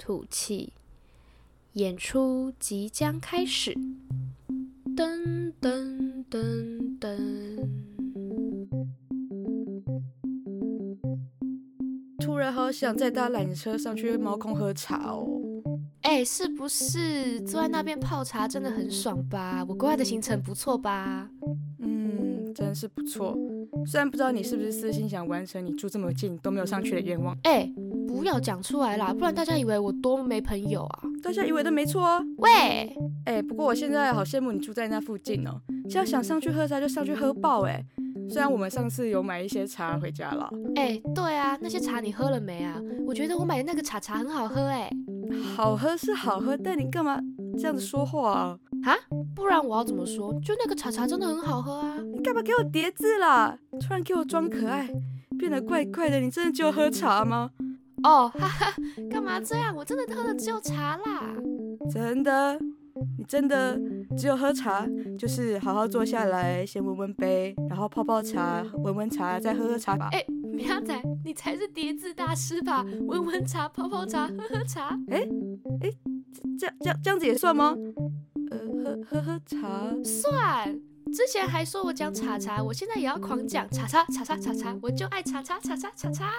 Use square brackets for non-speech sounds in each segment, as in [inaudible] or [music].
吐气。演出即将开始。噔噔噔噔，突然好想再搭缆车上去猫空喝茶哦。哎，是不是坐在那边泡茶真的很爽吧？我国外的行程不错吧？嗯，真是不错。虽然不知道你是不是私心想完成你住这么近都没有上去的愿望，哎，不要讲出来啦，不然大家以为我多没朋友啊！大家以为的没错啊。喂，哎，不过我现在好羡慕你住在那附近哦，这样想上去喝茶就上去喝爆哎。虽然我们上次有买一些茶回家了，哎，对啊，那些茶你喝了没啊？我觉得我买的那个茶茶很好喝哎、好喝是好喝，但你干嘛这样子说话啊？不然我要怎么说？就那个茶茶真的很好喝啊！你干嘛给我叠字啦？突然给我装可爱，变得怪怪的。你真的就喝茶吗？哦，哈哈，干嘛这样？我真的喝的只有茶啦。真的，你真的只有喝茶，就是好好坐下来，先温温杯，然后泡泡茶，闻闻茶，再喝喝茶吧。哎、苗仔，你才是叠字大师吧？闻闻茶，泡泡茶，喝喝茶，这样这样这样子也算吗？呃，喝喝喝茶，算。之前还说我讲茶茶，我现在也要狂讲茶茶茶茶茶茶，我就爱茶茶茶茶茶茶。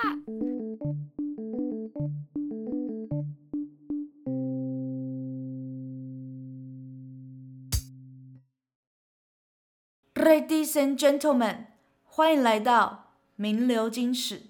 Ladies and gentlemen，欢迎来到名流金史。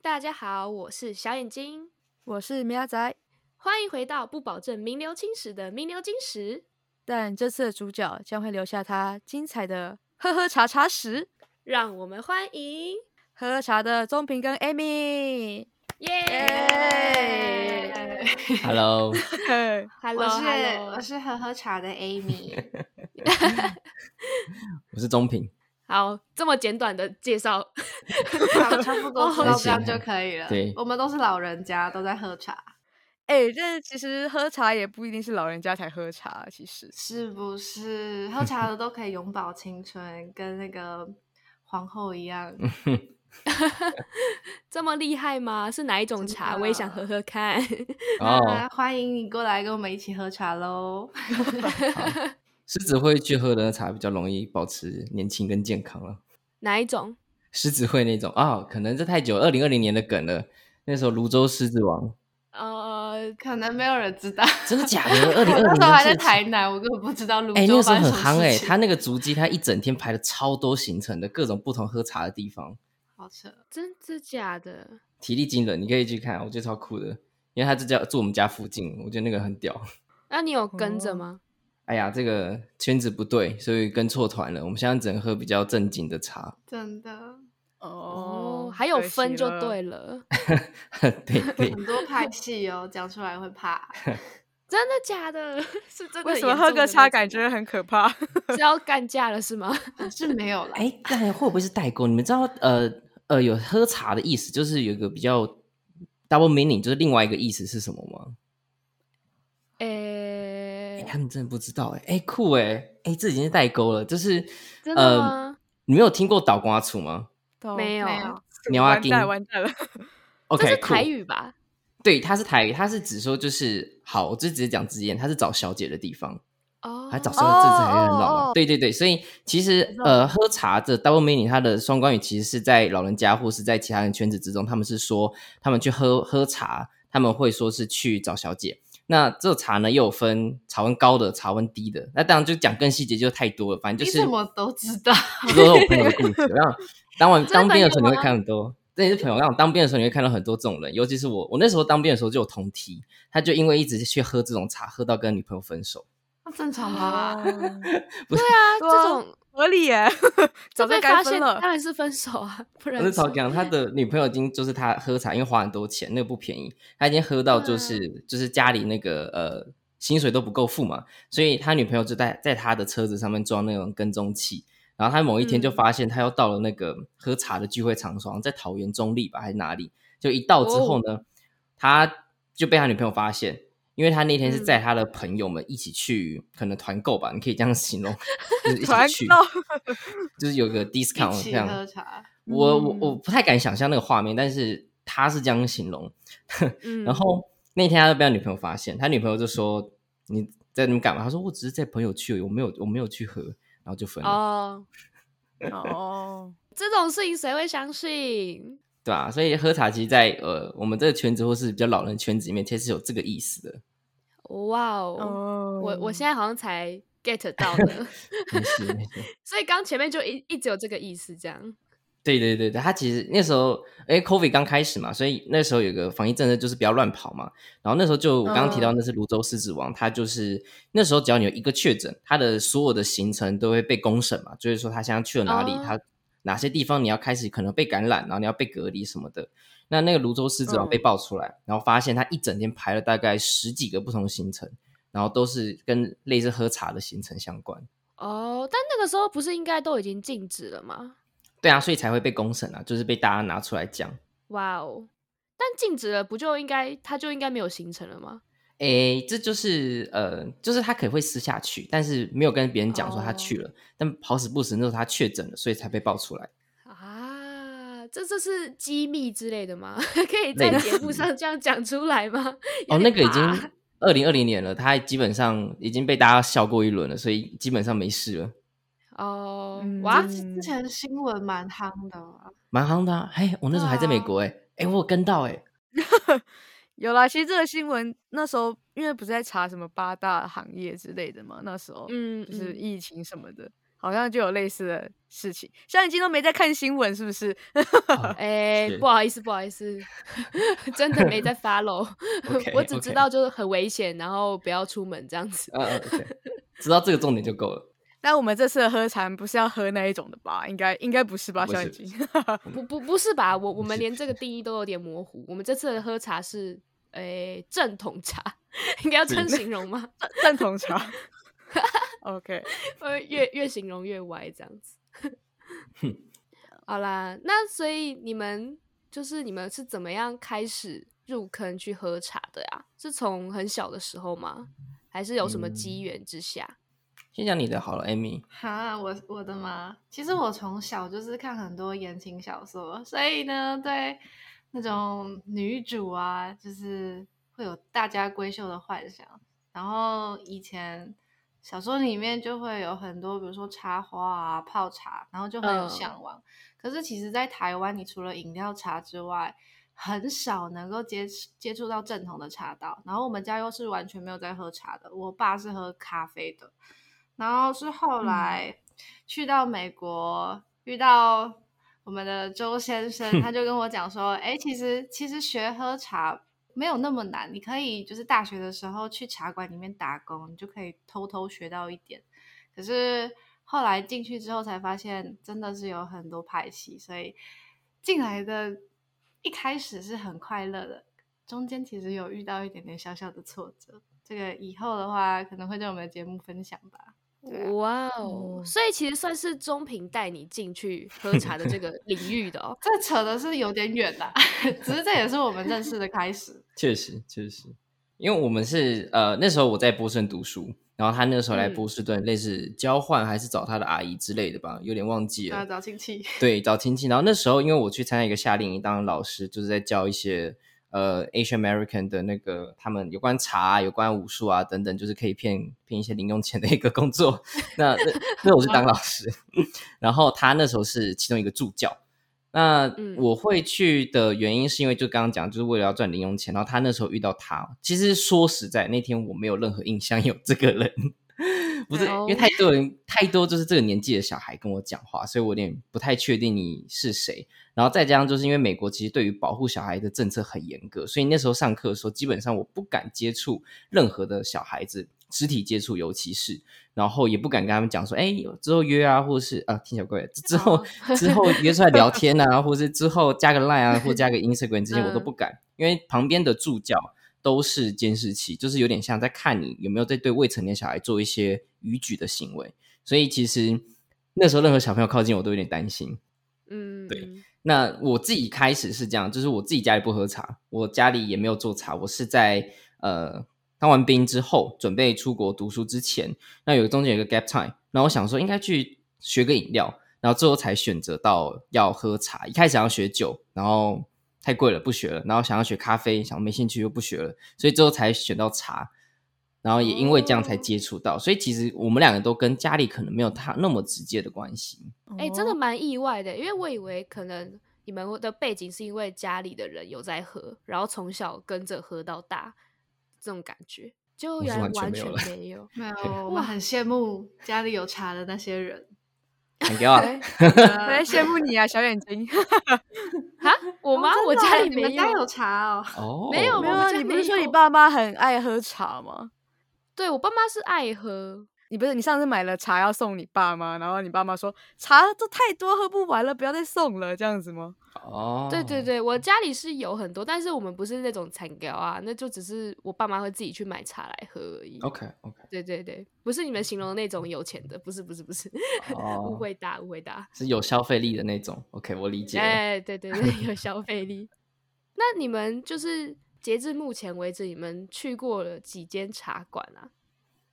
大家好，我是小眼睛，我是喵仔，欢迎回到不保证名流青史的名流金史。但这次的主角将会留下他精彩的喝喝茶茶史。让我们欢迎喝喝茶的钟平跟 Amy，耶 Hello，嘿！Hello，我是 hello 我是喝喝茶的 [laughs] Amy，我是 [laughs] 钟平。好，这么简短的介绍，好差不多哦知道这样谢谢就可以了。对我们都是老人家，都在喝茶， [laughs] 哎、但其实喝茶也不一定是老人家才喝茶，其实是不是？喝茶 [laughs] 的都可以永葆青春，跟那个皇后一样。嗯这么厉害吗？是哪一种茶？真的我也想喝喝看。 [laughs] 哦那，欢迎你过来跟我们一起喝茶喽！狮子会去喝的茶比较容易保持年轻跟健康了。哪一种？狮子会那种啊、可能这太久，二零二零年的梗了。那时候泸州狮子王，呃，可能没有人知道， [laughs] 真的假 [laughs] 的？二零我二零那时候还在年是台南，我根本不知道泸哎、那州个时候发很生什夯么哎、事情他那个足迹，他一整天排了超多行程的各种不同喝茶的地方，好扯。真的假的？体力惊人，你可以去看，我觉得超酷的。因为他这家住我们家附近，我觉得那个很屌。那、你有跟哦着吗？哎呀，这个圈子不对，所以跟错团了。我们现在只能喝比较正经的茶。 [laughs] 真的，哦还有可惜分就了对了。 [laughs] 对对，很多派系哦，讲出来会 [laughs] 怕。真的假的？ [laughs] 是真的？为什么喝个茶感觉很可怕？ [laughs] 是要干架了是吗？是没有啦，哎，那会不会是代沟？你们知道，呃呃，有喝茶的意思，就是有一个比较 double meaning，就是另外一个意思是什么吗？诶、哎，他们真的不知道哎、哎酷哎、哎，这已经是代沟了，就是 [laughs] 呃真的吗？你没有听过倒瓜醋吗懂没有，没 [laughs] 有鸟啊完丁蛋完蛋了， [laughs] [laughs] ？OK，这是台酷语吧？对，它是台语，它是指说就是好，我就直接讲直言，它是找小姐的地方。哦，还早上这次还很老嘛哦哦对对对，所以其实呃，喝茶的 double meaning 它的双关语其实是在老人家或是在其他人圈子之中，他们是说他们去喝喝茶，他们会说是去找小姐。那这个茶呢，又有分茶温高的、茶温低的。那当然就讲更细节就太多了，反正就是你怎么都知道？ [laughs] 都是我朋友的故事。然后当晚真的当兵的时有候你会吗看很多，那也是朋友那种当兵的时候，你会看到很多这种人，尤其是我，我那时候当兵的时候就有同梯，他就因为一直去喝这种茶，喝到跟女朋友分手。那正常吧？不是，啊，对啊这种合理耶，这早被发就该现分了当。然是分手啊，不然我是什超么讲他的女朋友已经就是他喝茶，因为花很多钱，那个不便宜，他已经喝到就是、就是家里那个呃薪水都不够付嘛，所以他女朋友就在在他的车子上面装那种跟踪器，然后他某一天就嗯发现他又到了那个喝茶的聚会场所，好像在桃园中立吧还是哪里，就一到之后呢，他就被他女朋友发现。因为他那天是嗯在他的朋友们一起去，可能团购吧，你可以这样形容，就是一团起去购， [laughs] 就是有个 discount 一这起样喝茶，我 [laughs] 我嗯我不太敢想象那个画面，但是他是这样形容。嗯然后那天他就被他女朋友发现，他女朋友就说：“你在那边干嘛？”他说：“我只是在朋友去而已，我没有我没有去喝。”然后就分了，哦，哦，这种事情谁会相信？对啊，所以喝茶其实在呃我们这个圈子或是比较老人圈子里面，其实是有这个意思的。哇哦，哦，我我现在好像才 get 到 [laughs] 的，没事没事，所以刚前面就一一直有这个意思，这样。对对对对，他其实那时候，哎，COVID 刚开始嘛，所以那时候有个防疫政策就是不要乱跑嘛。然后那时候就我刚刚提到那是泸州狮子王，他就是那时候只要你有一个确诊，他的所有的行程都会被公审嘛，就是说他现在去了哪里，哦他哪些地方你要开始可能被感染，然后你要被隔离什么的。那那个泸州狮子王被爆出来，然后发现他一整天排了大概十几个不同行程，然后都是跟类似喝茶的行程相关。哦，但那个时候不是应该都已经禁止了吗？对啊，所以才会被公审啊，就是被大家拿出来讲。哇哦！但禁止了，不就应该他就应该没有行程了吗？诶，这就是呃，就是他可能会私下去，但是没有跟别人讲说哦他去了，但好死不死那时候他确诊了，所以才被爆出来。啊，这这是机密之类的吗？ [laughs] 可以类在似节目上这样讲出来吗？ [laughs] 有哦，那点个已怕经二零二零年了，他基本上已经被大家笑过一轮了，所以基本上没事了，哦嗯，哇、嗯之前新闻蛮夯的啊，蛮夯的、啊。嘿，我那时候还在美哦对啊国诶，诶，我有跟到哎诶。有啦，其实这个新闻那时候因为不是在查什么八大行业之类的嘛，那时候嗯，就是嗯疫情什么的，好像就有类似的事情。像你今天都没在看新闻，是不是？ [laughs] 哦哎、是不好意思，不好意思， [laughs] 真的没 [laughs] 在 follow， OK， [laughs] 我只知 OK 道就是很危险，然后不要出门这样子。呃，对，知道这个重点就够了。但我们这次的喝茶不是要喝那一种的吧？应该应该不是吧，不小是眼睛？ [laughs] 不不不是吧？我我们是连这个定义都有点模糊。我们这次的喝茶是，诶、正统茶，应该要这样形容吗？ [laughs] 正统茶。OK，呃，越越形容越歪这样子。好啦，那所以你们就是你们是怎么样开始入坑去喝茶的呀？是从很小的时候吗？还是有什么机嗯缘之下？先讲你的好了，Amy。哈，我我的妈！其实我从小就是看很多言情小说，所以呢，对那种女主啊，就是会有大家闺秀的幻想。然后以前小说里面就会有很多，比如说茶花啊、泡茶，然后就很有嗯向往。可是其实，在台湾，你除了饮料茶之外，很少能够接接触到正统的茶道。然后我们家又是完全没有在喝茶的，我爸是喝咖啡的。然后是后来去到美国，遇到我们的周先生，他就跟我讲说：“哎，其实其实学喝茶没有那么难，你可以就是大学的时候去茶馆里面打工，你就可以偷偷学到一点。”可是后来进去之后才发现，真的是有很多派系，所以进来的一开始是很快乐的，中间其实有遇到一点点小小的挫折。这个以后的话，可能会在我们的节目分享吧。对啊。哇哦！嗯所以其实算是中平带你进去喝茶的这个领域的哦这扯的是有点远啦， [laughs] 只是这也是我们认识的开始。确实，确实，因为我们是呃那时候我在波士顿读书，然后他那时候来嗯波士顿，类似交换还是找他的阿姨之类的吧， [laughs] 有点忘记了。啊，找亲戚，对，找亲戚。然后那时候因为我去参加一个夏令营，当老师就是在教一些呃 Asian American 的那个他们有关茶、啊、有关武术啊等等，就是可以骗骗一些零用钱的一个工作。那那那我是当老师， [laughs] 然后他那时候是其中一个助教。那嗯我会去的原因是因为就刚刚讲，就是为了要赚零用钱。然后他那时候遇到他，其实说实在，那天我没有任何印象有这个人，不是对因为太多人太多就是这个年纪的小孩跟我讲话，所以我有点不太确定你是谁。然后再加上就是因为美国其实对于保护小孩的政策很严格，所以那时候上课的时候，基本上我不敢接触任何的小孩子，肢体接触尤其是，然后也不敢跟他们讲说，哎、之后约啊，或是啊，听小怪之后、哦之后约出来聊天啊，或是之后加个 Line 啊，或加个 Instagram 这些我都嗯不敢，因为旁边的助教都是监视器，就是有点像在看你有没有在对未成年小孩做一些逾矩的行为，所以其实那时候任何小朋友靠近我都有点担心。嗯，对嗯，那我自己开始是这样，就是我自己家里不喝茶，我家里也没有做茶，我是在呃当完兵之后，准备出国读书之前，那有中间有一个 gap time，那我想说应该去学个饮料，然后最后才选择到要喝茶。一开始想要学酒，然后太贵了不学了，然后想要学咖啡，想没兴趣又不学了，所以最后才选到茶。然后也因为这样才哦接触到，所以其实我们两个都跟家里可能没有他那么直接的 [laughs] 关系。哎、真哦哦的蛮意外的，因为我以为可能你们的背景是因为家里的人有在喝，然后从小跟着喝到大这种感觉，就我原是来完完全没有全了没有。没有，我们很羡慕家里有茶的那些人。很高啊，我在羡慕你啊，小眼睛。哈，我我妈、我家里啊你没们家有茶哦。哦，没有没没有有啊，家你不没是说你有爸妈很爱喝茶吗？对我爸妈是爱喝，你不是你上次买了茶要送你爸妈，然后你爸妈说茶都太多喝不完了，不要再送了，这样子吗？哦，对对对，我家里是有很多，但是我们不是那种产条啊，那就只是我爸妈会自己去买茶来喝而已。 ，OK OK，对对对，不是你们形容的那种有钱的，不是不是不是， [laughs] 误哦，会大误会大。是有消费力的那种，OK，我理解了。哎，对对 [laughs] 对，有消费力。那你们就是截至目前为止，你们去过了几间茶馆啊？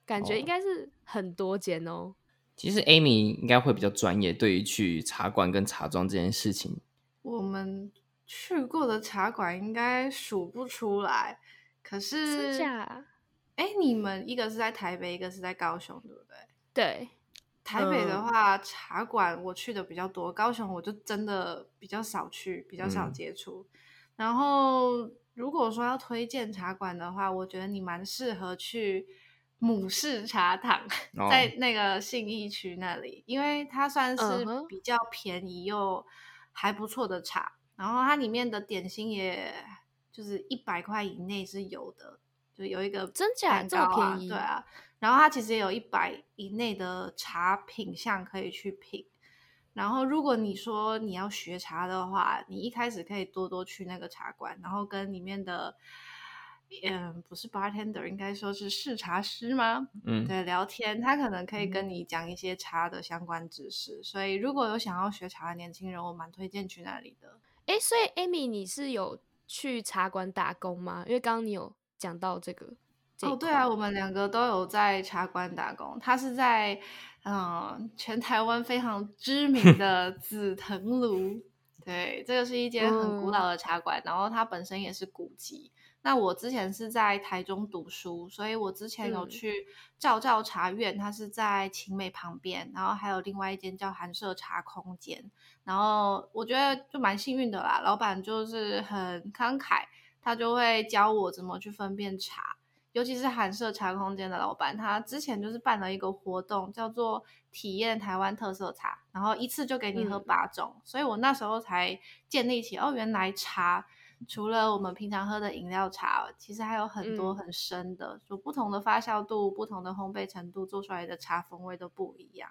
感觉应哦该是很多间哦。其实 Amy 应该会比较专业，对于去茶馆跟茶庄这件事情，我们去过的茶馆应该数不出来，可真是假？哎，你们一个是在台北，一个是在高雄，对不对？对，台北的嗯话，茶馆我去的比较多，高雄我就真的比较少去，比较少嗯接触。然后如果说要推荐茶馆的话，我觉得你蛮适合去母氏茶堂，[laughs] 哦在那个信义区那里，因为它算是嗯哼比较便宜又还不错的茶，然后它里面的点心也就是一百块以内是有的，就有一个真假蛋这么糕啊便宜对啊，然后它其实也有一百以内的茶品项可以去品。然后，如果你说你要学茶的话，你一开始可以多多去那个茶馆，然后跟里面的，嗯，不是 bartender，应该说是试茶师吗？嗯，对，聊天，他可能可以跟嗯你讲一些茶的相关知识。所以，如果有想要学茶的年轻人，我蛮推荐去那里的。哎，所以 Amy 你是有去茶馆打工吗？因为刚刚你有讲到这个。这一哦，对块啊，我们两个都有在茶馆打工。他是在嗯、呃全台湾非常知 [laughs] 名的紫藤庐，对，这个是一间很古老嗯的茶馆，然后它本身也是古籍。那我之前是在台中读书，所以我之前有嗯去照照茶院，它是在晴美旁边，然后还有另外一间叫寒舍茶空间。然后我觉得就蛮幸运的啦，老板就是很慷慨，他就会教我怎么去分辨茶。尤其是韩舍茶空间的老板，他之前就是办了一个活动，叫做体验台湾特色茶，然后一次就给你喝嗯八种，所以我那时候才建立起哦，原来茶除了我们平常喝的饮料茶，其实还有很多嗯很深的，就不同的发酵度、不同的烘焙程度做出来的茶风味都不一样。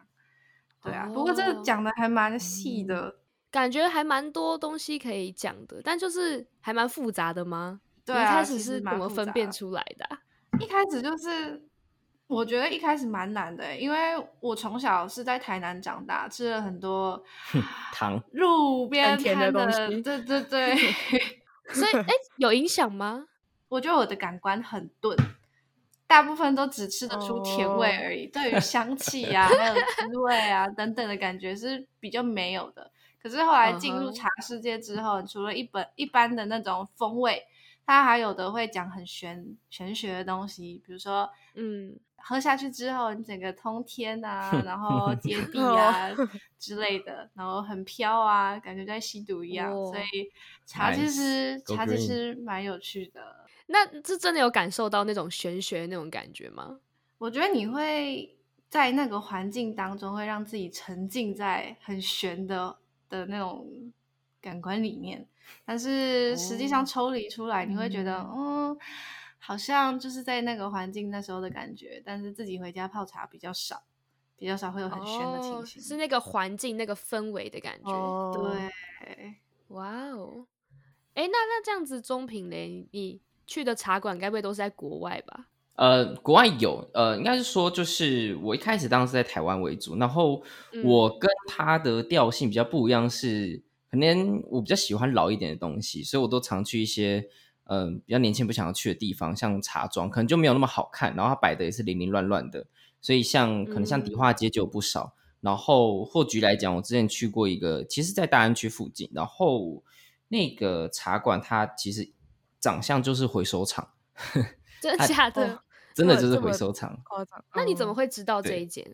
对啊，不过这哦嗯个讲的还蛮细的，感觉还蛮多东西可以讲的，但就是还蛮复杂的吗？对你一啊开其始实是蛮怎么复分杂辨的出来的啊、 [laughs] 一开始就是，我觉得一开始蛮难的欸，因为我从小是在台南长大，吃了很多糖 [laughs] 路边甜的摊东的西对 [laughs] 对对， [laughs] 所以，哎、有影响吗？我觉得我的感官很钝，大部分都只吃得出甜味哦而已，对于 [laughs] 香气呀、还有滋味啊等等的感觉是比较没有的。可是后来进入嗯哼茶世界之后，除了一本一般的那种风味，它还有的会讲很玄玄学的东西，比如说嗯，喝下去之后，你整个通天 [laughs] 啊，然后嗯接地啊之类的，然后很飘啊，感觉在吸毒一样。所哇以茶其哦 Nice，实 go 茶其 green 实蛮有趣的，那这真的有感受到那种玄学那种感觉吗？我觉得你会在那个环境当中，会让自己沉浸在很玄的的那种感官里面。但是实际上哦抽离出来，你会觉得，嗯，好像就是在那个环境那时候的感觉。但是自己回家泡茶比较少，比较少会呃有很玄的情哦，形。是那个环境、那个氛围的感觉。哦，对，哇哦，哎，那那这样子中评嘞，你去的茶馆该不会都是在国外吧？呃，国外有，呃，应该是说，就是我一开始当时在台湾为主，然后嗯我跟他的调性比较不一样是，可能我比较喜欢老一点的东西，所以我都常去一些嗯、呃比较年轻不想要去的地方，像茶庄，可能就没有那么好看，然后它摆的也是零零乱乱的，所以像可能像迪嗯化街就有不少，然后或局来讲，我之前去过一个，其实在大安区附近，然后那个茶馆它其实长相就是回收厂。真的啊假的？哦真的这就是这么回收厂，夸张。那你怎么哦？会知道这对一间？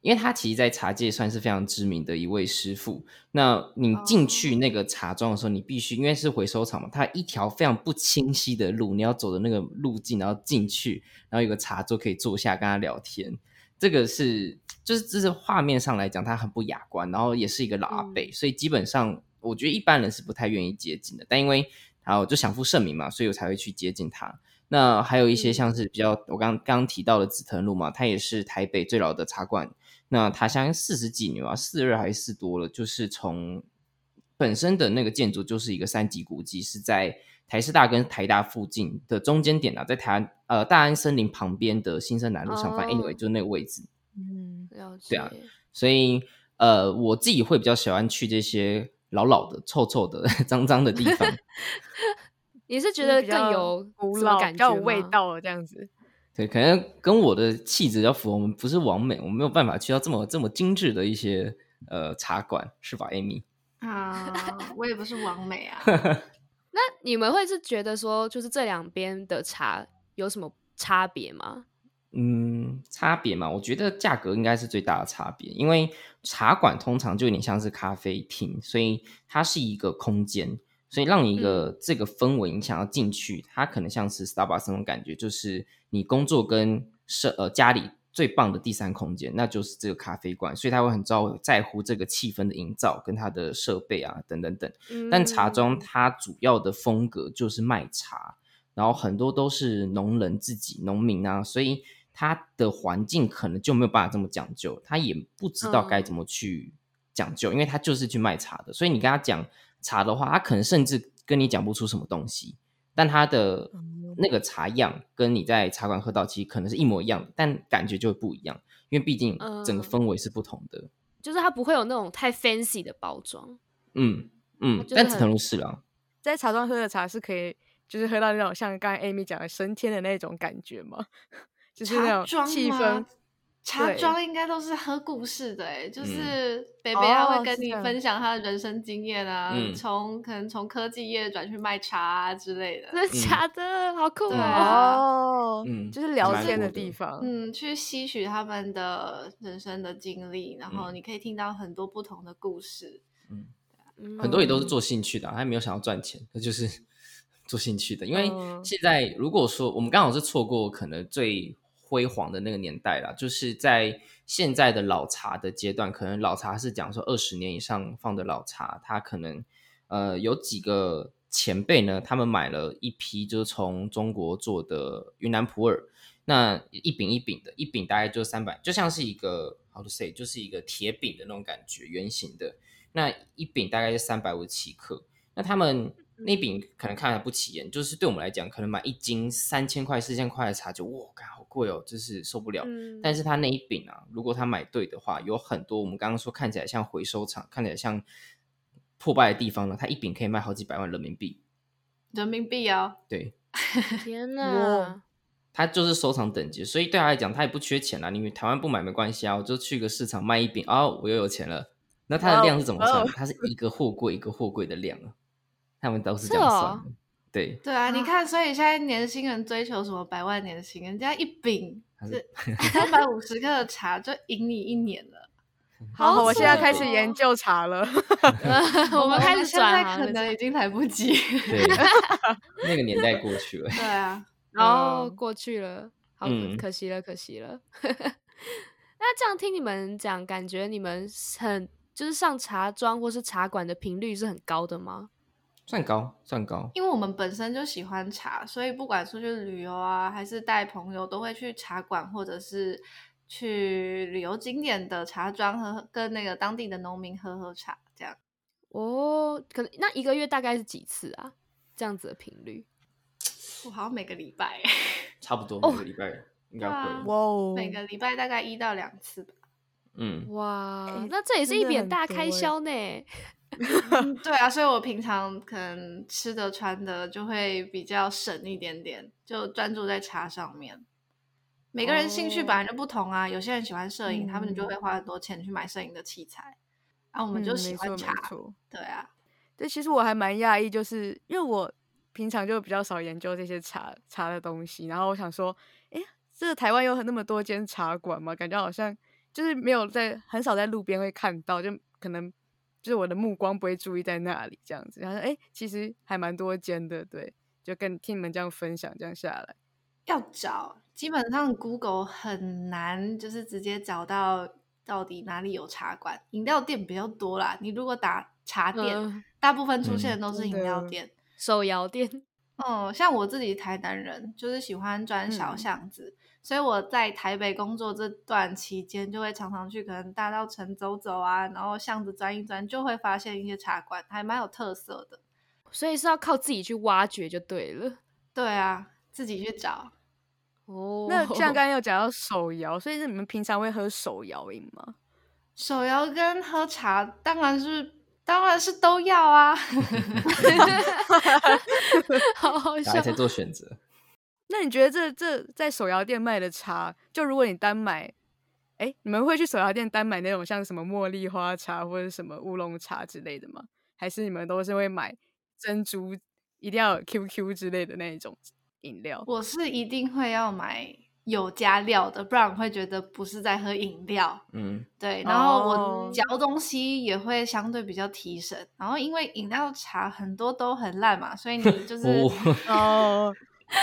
因为他其实，在茶界算是非常知名的一位师傅。那你进去那个茶庄的时候，你必须因为是回收厂嘛，它一条非常不清晰的路，你要走的那个路径，然后进去，然后有个茶桌可以坐下跟他聊天。这个是就是这是画面上来讲，它很不雅观，然后也是一个老阿伯，所以基本上我觉得一般人是不太愿意接近的。但因为啊，我就享负盛名嘛，所以我才会去接近他。那还有一些嗯像是比较我刚刚刚提到的紫藤路嘛，它也是台北最老的茶馆。那它相近四十几年吧，四二还是四多了，就是从本身的那个建筑就是一个三级古迹，是在台师大跟台大附近的中间点啊，在台安呃大安森林旁边的新生南路上，反正、哦 anyway 就那个位置。嗯，了解。对啊所以呃，我自己会比较喜欢去这些老老的、臭臭的、 [laughs] 脏脏的地方。你是觉就是得比更较有古什么老、感比觉较有味吗？道了这样子。对，可能跟我的气质要符合，我们不是完美，我没有办法去到这么这么精致的一些呃茶馆，是吧，Amy？啊，我也不是完美啊。那你们会是觉得说，就是这两边的茶有什么差别吗？嗯，差别嘛，我觉得价格应该是最大的差别，因为茶馆通常就有点像是咖啡厅，所以它是一个空间，所以让你一个这个氛围，你想要进去，它可能像是 Starbucks 那种感觉，就是你工作跟社呃家里最棒的第三空间，那就是这个咖啡馆，所以他会很照在乎这个气氛的营造跟它的设备啊等等等。但茶庄嗯它主要的风格就是卖茶，然后很多都是农人自己农民啊，所以它的环境可能就没有办法这么讲究，他也不知道该嗯怎么去讲究，因为他就是去卖茶的，所以你跟他讲茶的话，他可能甚至跟你讲不出什么东西，但他的哦嗯那个茶样跟你在茶馆喝到其实可能是一模一样的，但感觉就会不一样，因为毕竟整嗯个氛围是不同的。就是它不会有那种太 fancy 的包装。嗯嗯它，哦就是但紫很藤路是啦，在茶庄喝的茶是可以，就是喝到那种像刚才 Amy 讲的升天的那种感觉吗？ [laughs] 就是那茶种庄气氛吗？茶对庄应该都是喝故事的、欸，就嗯是北北他哦会跟是你这样分享他的人生经验啊，嗯从可能从科技业转去卖茶啊之类的。真的假的？好酷对哦！啊哦，嗯就是聊蛮天多的的地方。嗯，去吸取他们的人生的经历，然后嗯你可以听到很多不同的故事。嗯。嗯很多也都是做兴趣的啊、他没有想要赚钱，他就是 [laughs] 做兴趣的。因为嗯现在如果说我们刚好是错过可能最辉煌的那个年代啦，就是在现在的老茶的阶段，可能老茶是讲说二十年以上放的老茶，它可能呃有几个前辈呢，他们买了一批就是从中国做的云南普洱，那一饼一饼的，一饼大概就三百，就像是一个 how to say，就是一个铁饼的那种感觉，圆形的。那一饼大概是三百五十七克，那他们那饼可能看来不起眼，就是对我们来讲，可能买一斤三千块、四千块的茶酒，哇，干好贵哦，就是受不了。嗯但是他那一饼啊，如果他买对的话，有很多我们刚刚说看起来像回收厂、看起来像破败的地方呢，他一饼可以卖好几百万人民币。人民币哦，对，天哪，他就是收藏等级，所以对他来讲，他也不缺钱啦、啊。你们台湾不买没关系啊，我就去个市场卖一饼啊、我又有钱了。那它的量是怎么算哇的？哦它是一个货柜一个货柜的量啊，他们都是这样是哦算的。对，对啊，你啊看，所以现在年轻人追求什么百万年薪，人家一饼它是是 [laughs] 三百五十克的茶就赢你一年 [laughs] 了。好好，我扯现在开始哦研究茶了。 [laughs] 我们开始现在转行可了能已经来不及。对，那个年代过去了。 [laughs] 对啊，然后嗯哦过去了，好可 [laughs] 嗯可惜了，可惜了。那这样听你们讲，感觉你们很就是上茶庄或是茶馆的频率是很高的吗？算高算高，因为我们本身就喜欢茶，所以不管出去旅游啊，还是带朋友，都会去茶馆或者是去旅游景点的茶庄喝，跟那个当地的农民喝喝茶，这样。哦，可能那一个月大概是几次啊？这样子的频率？我好像每个礼拜， [laughs] 差不多每个礼拜应该哇会。哇哦，每个礼拜大概一到两次吧。嗯，哇，哎那这也是真一的笔很大多开哎销呢。 [laughs] 嗯对啊，所以我平常可能吃的穿的就会比较省一点点，就专注在茶上面。每个人兴趣哦本来就不同啊，有些人喜欢摄影，他们就会花很多钱去买摄影的器材，啊，我们就嗯喜没欢错茶没，错。对啊，对，其实我还蛮讶异，就是因为我平常就比较少研究这些茶茶的东西，然后我想说，哎，这台湾有很那么多间茶馆嘛，感觉好像就是没有在很少在路边会看到，就可能就是我的目光不会注意在那里这样子。然后哎，诶其实还蛮多间的，对，就跟听你们这样分享，这样下来，要找，基本上 Google 很难，就是直接找到到底哪里有茶馆。饮料店比较多啦，你如果打茶店，嗯，大部分出嗯现的都是真饮料的店。手摇店，嗯，像我自己台南人，就是喜欢钻小嗯巷子，所以我在台北工作这段期间，就会常常去可能大稻城走走啊，然后巷子钻一钻，就会发现一些茶馆，还蛮有特色的。所以是要靠自己去挖掘就对了。对啊，自己去找。哦，那像刚刚有讲到手摇，所以是你们平常会喝手摇饮吗？手摇跟喝茶当然是当然是都要啊。 [laughs] [laughs] 好好大家笑在，做选择。那你觉得这这在手摇店卖的茶，就如果你单买，哎，你们会去手摇店单买那种像什么茉莉花茶或者什么乌龙茶之类的吗？还是你们都是会买珍珠，一定要有 QQ 之类的那一种饮料？我是一定会要买有加料的，不然我会觉得不是在喝饮料。嗯，对，然后哦我嚼东西也会相对比较提神。然后因为饮料茶很多都很烂嘛，所以你就是 [laughs] [laughs] 哦，哦，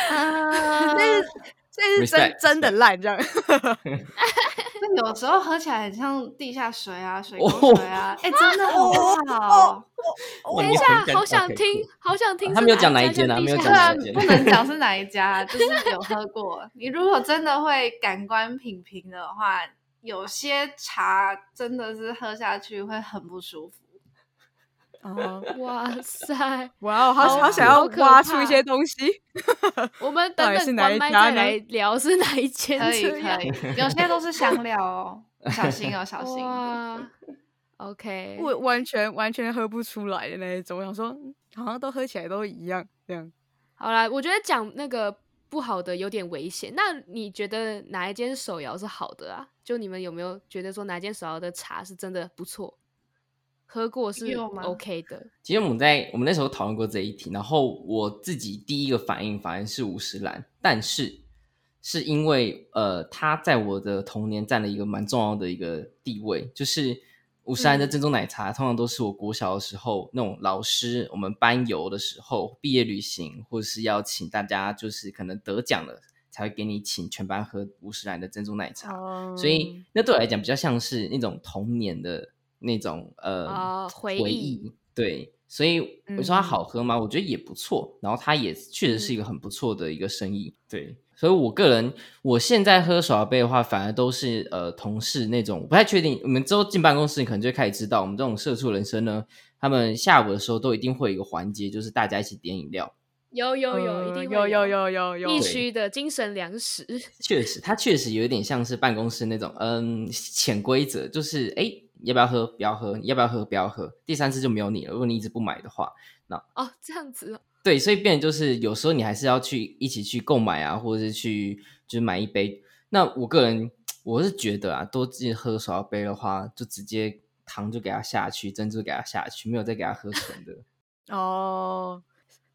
呃啊，这是这是真 respect，真的烂这样。 [laughs] 那有时候喝起来很像地下水啊、水沟水啊，哎、真的很不好。哇等哦你一下很，敢好想 OK，听 cool，好想听是家叫地下。他没有讲哪一间啊没有虽讲哪然一间不能讲是哪一家，啊就是有喝过。你如果真的会感官品评的话，有些茶真的是喝下去会很不舒服。哦，哇塞， [laughs] 哇哦，好好好想要好可挖出怕一些东西。我们 [laughs] 到等底是等哪关一麦家再呢来聊是哪一间可以这样可。以，有些都是香料哦，小心哦，小心。哇，OK，我完全完全喝不出来的那一种，我想说，嗯好像都喝起来都一样这样。好啦，我觉得讲那个不好的有点危险。那你觉得哪一间手摇是好的啊？就你们有没有觉得说哪一间手摇的茶是真的不错，喝过是有吗 OK 的？其实我们在我们那时候讨论过这一题，然后我自己第一个反应反而是五十岚，但是是因为呃，他在我的童年占了一个蛮重要的一个地位，就是五十岚的珍珠奶茶，通常都是我国小的时候那种老师我们班游的时候，毕业旅行或是要请大家就是可能得奖了才会给你请全班喝五十岚的珍珠奶茶。哦嗯所以那对我来讲比较像是那种童年的那种呃、哦回忆嗯忆，对，所以你说它好喝吗？我觉得也不错，然后它也确实是一个很不错的一个生意，对。所以我个人我现在喝手摇杯的话，反而都是呃同事那种，我不太确定。你们之后进办公室，你可能就会开始知道，我们这种社畜人生呢，他们下午的时候都一定会有一个环节，就是大家一起点饮料。有有有，一嗯定会有有有有有必对须的精神粮食。确实，它确实有一点像是办公室那种，嗯，潜规则，就是哎，诶要不要喝？不要喝，你要不要喝？不要喝。第三次就没有你了，如果你一直不买的话，哦，这样子哦对，所以变成就是有时候你还是要去一起去购买啊，或者是去就是买一杯。那我个人我是觉得啊，多自己喝手摇杯的话，就直接糖就给它下去，珍珠给它下去，没有再给它喝纯的。哦，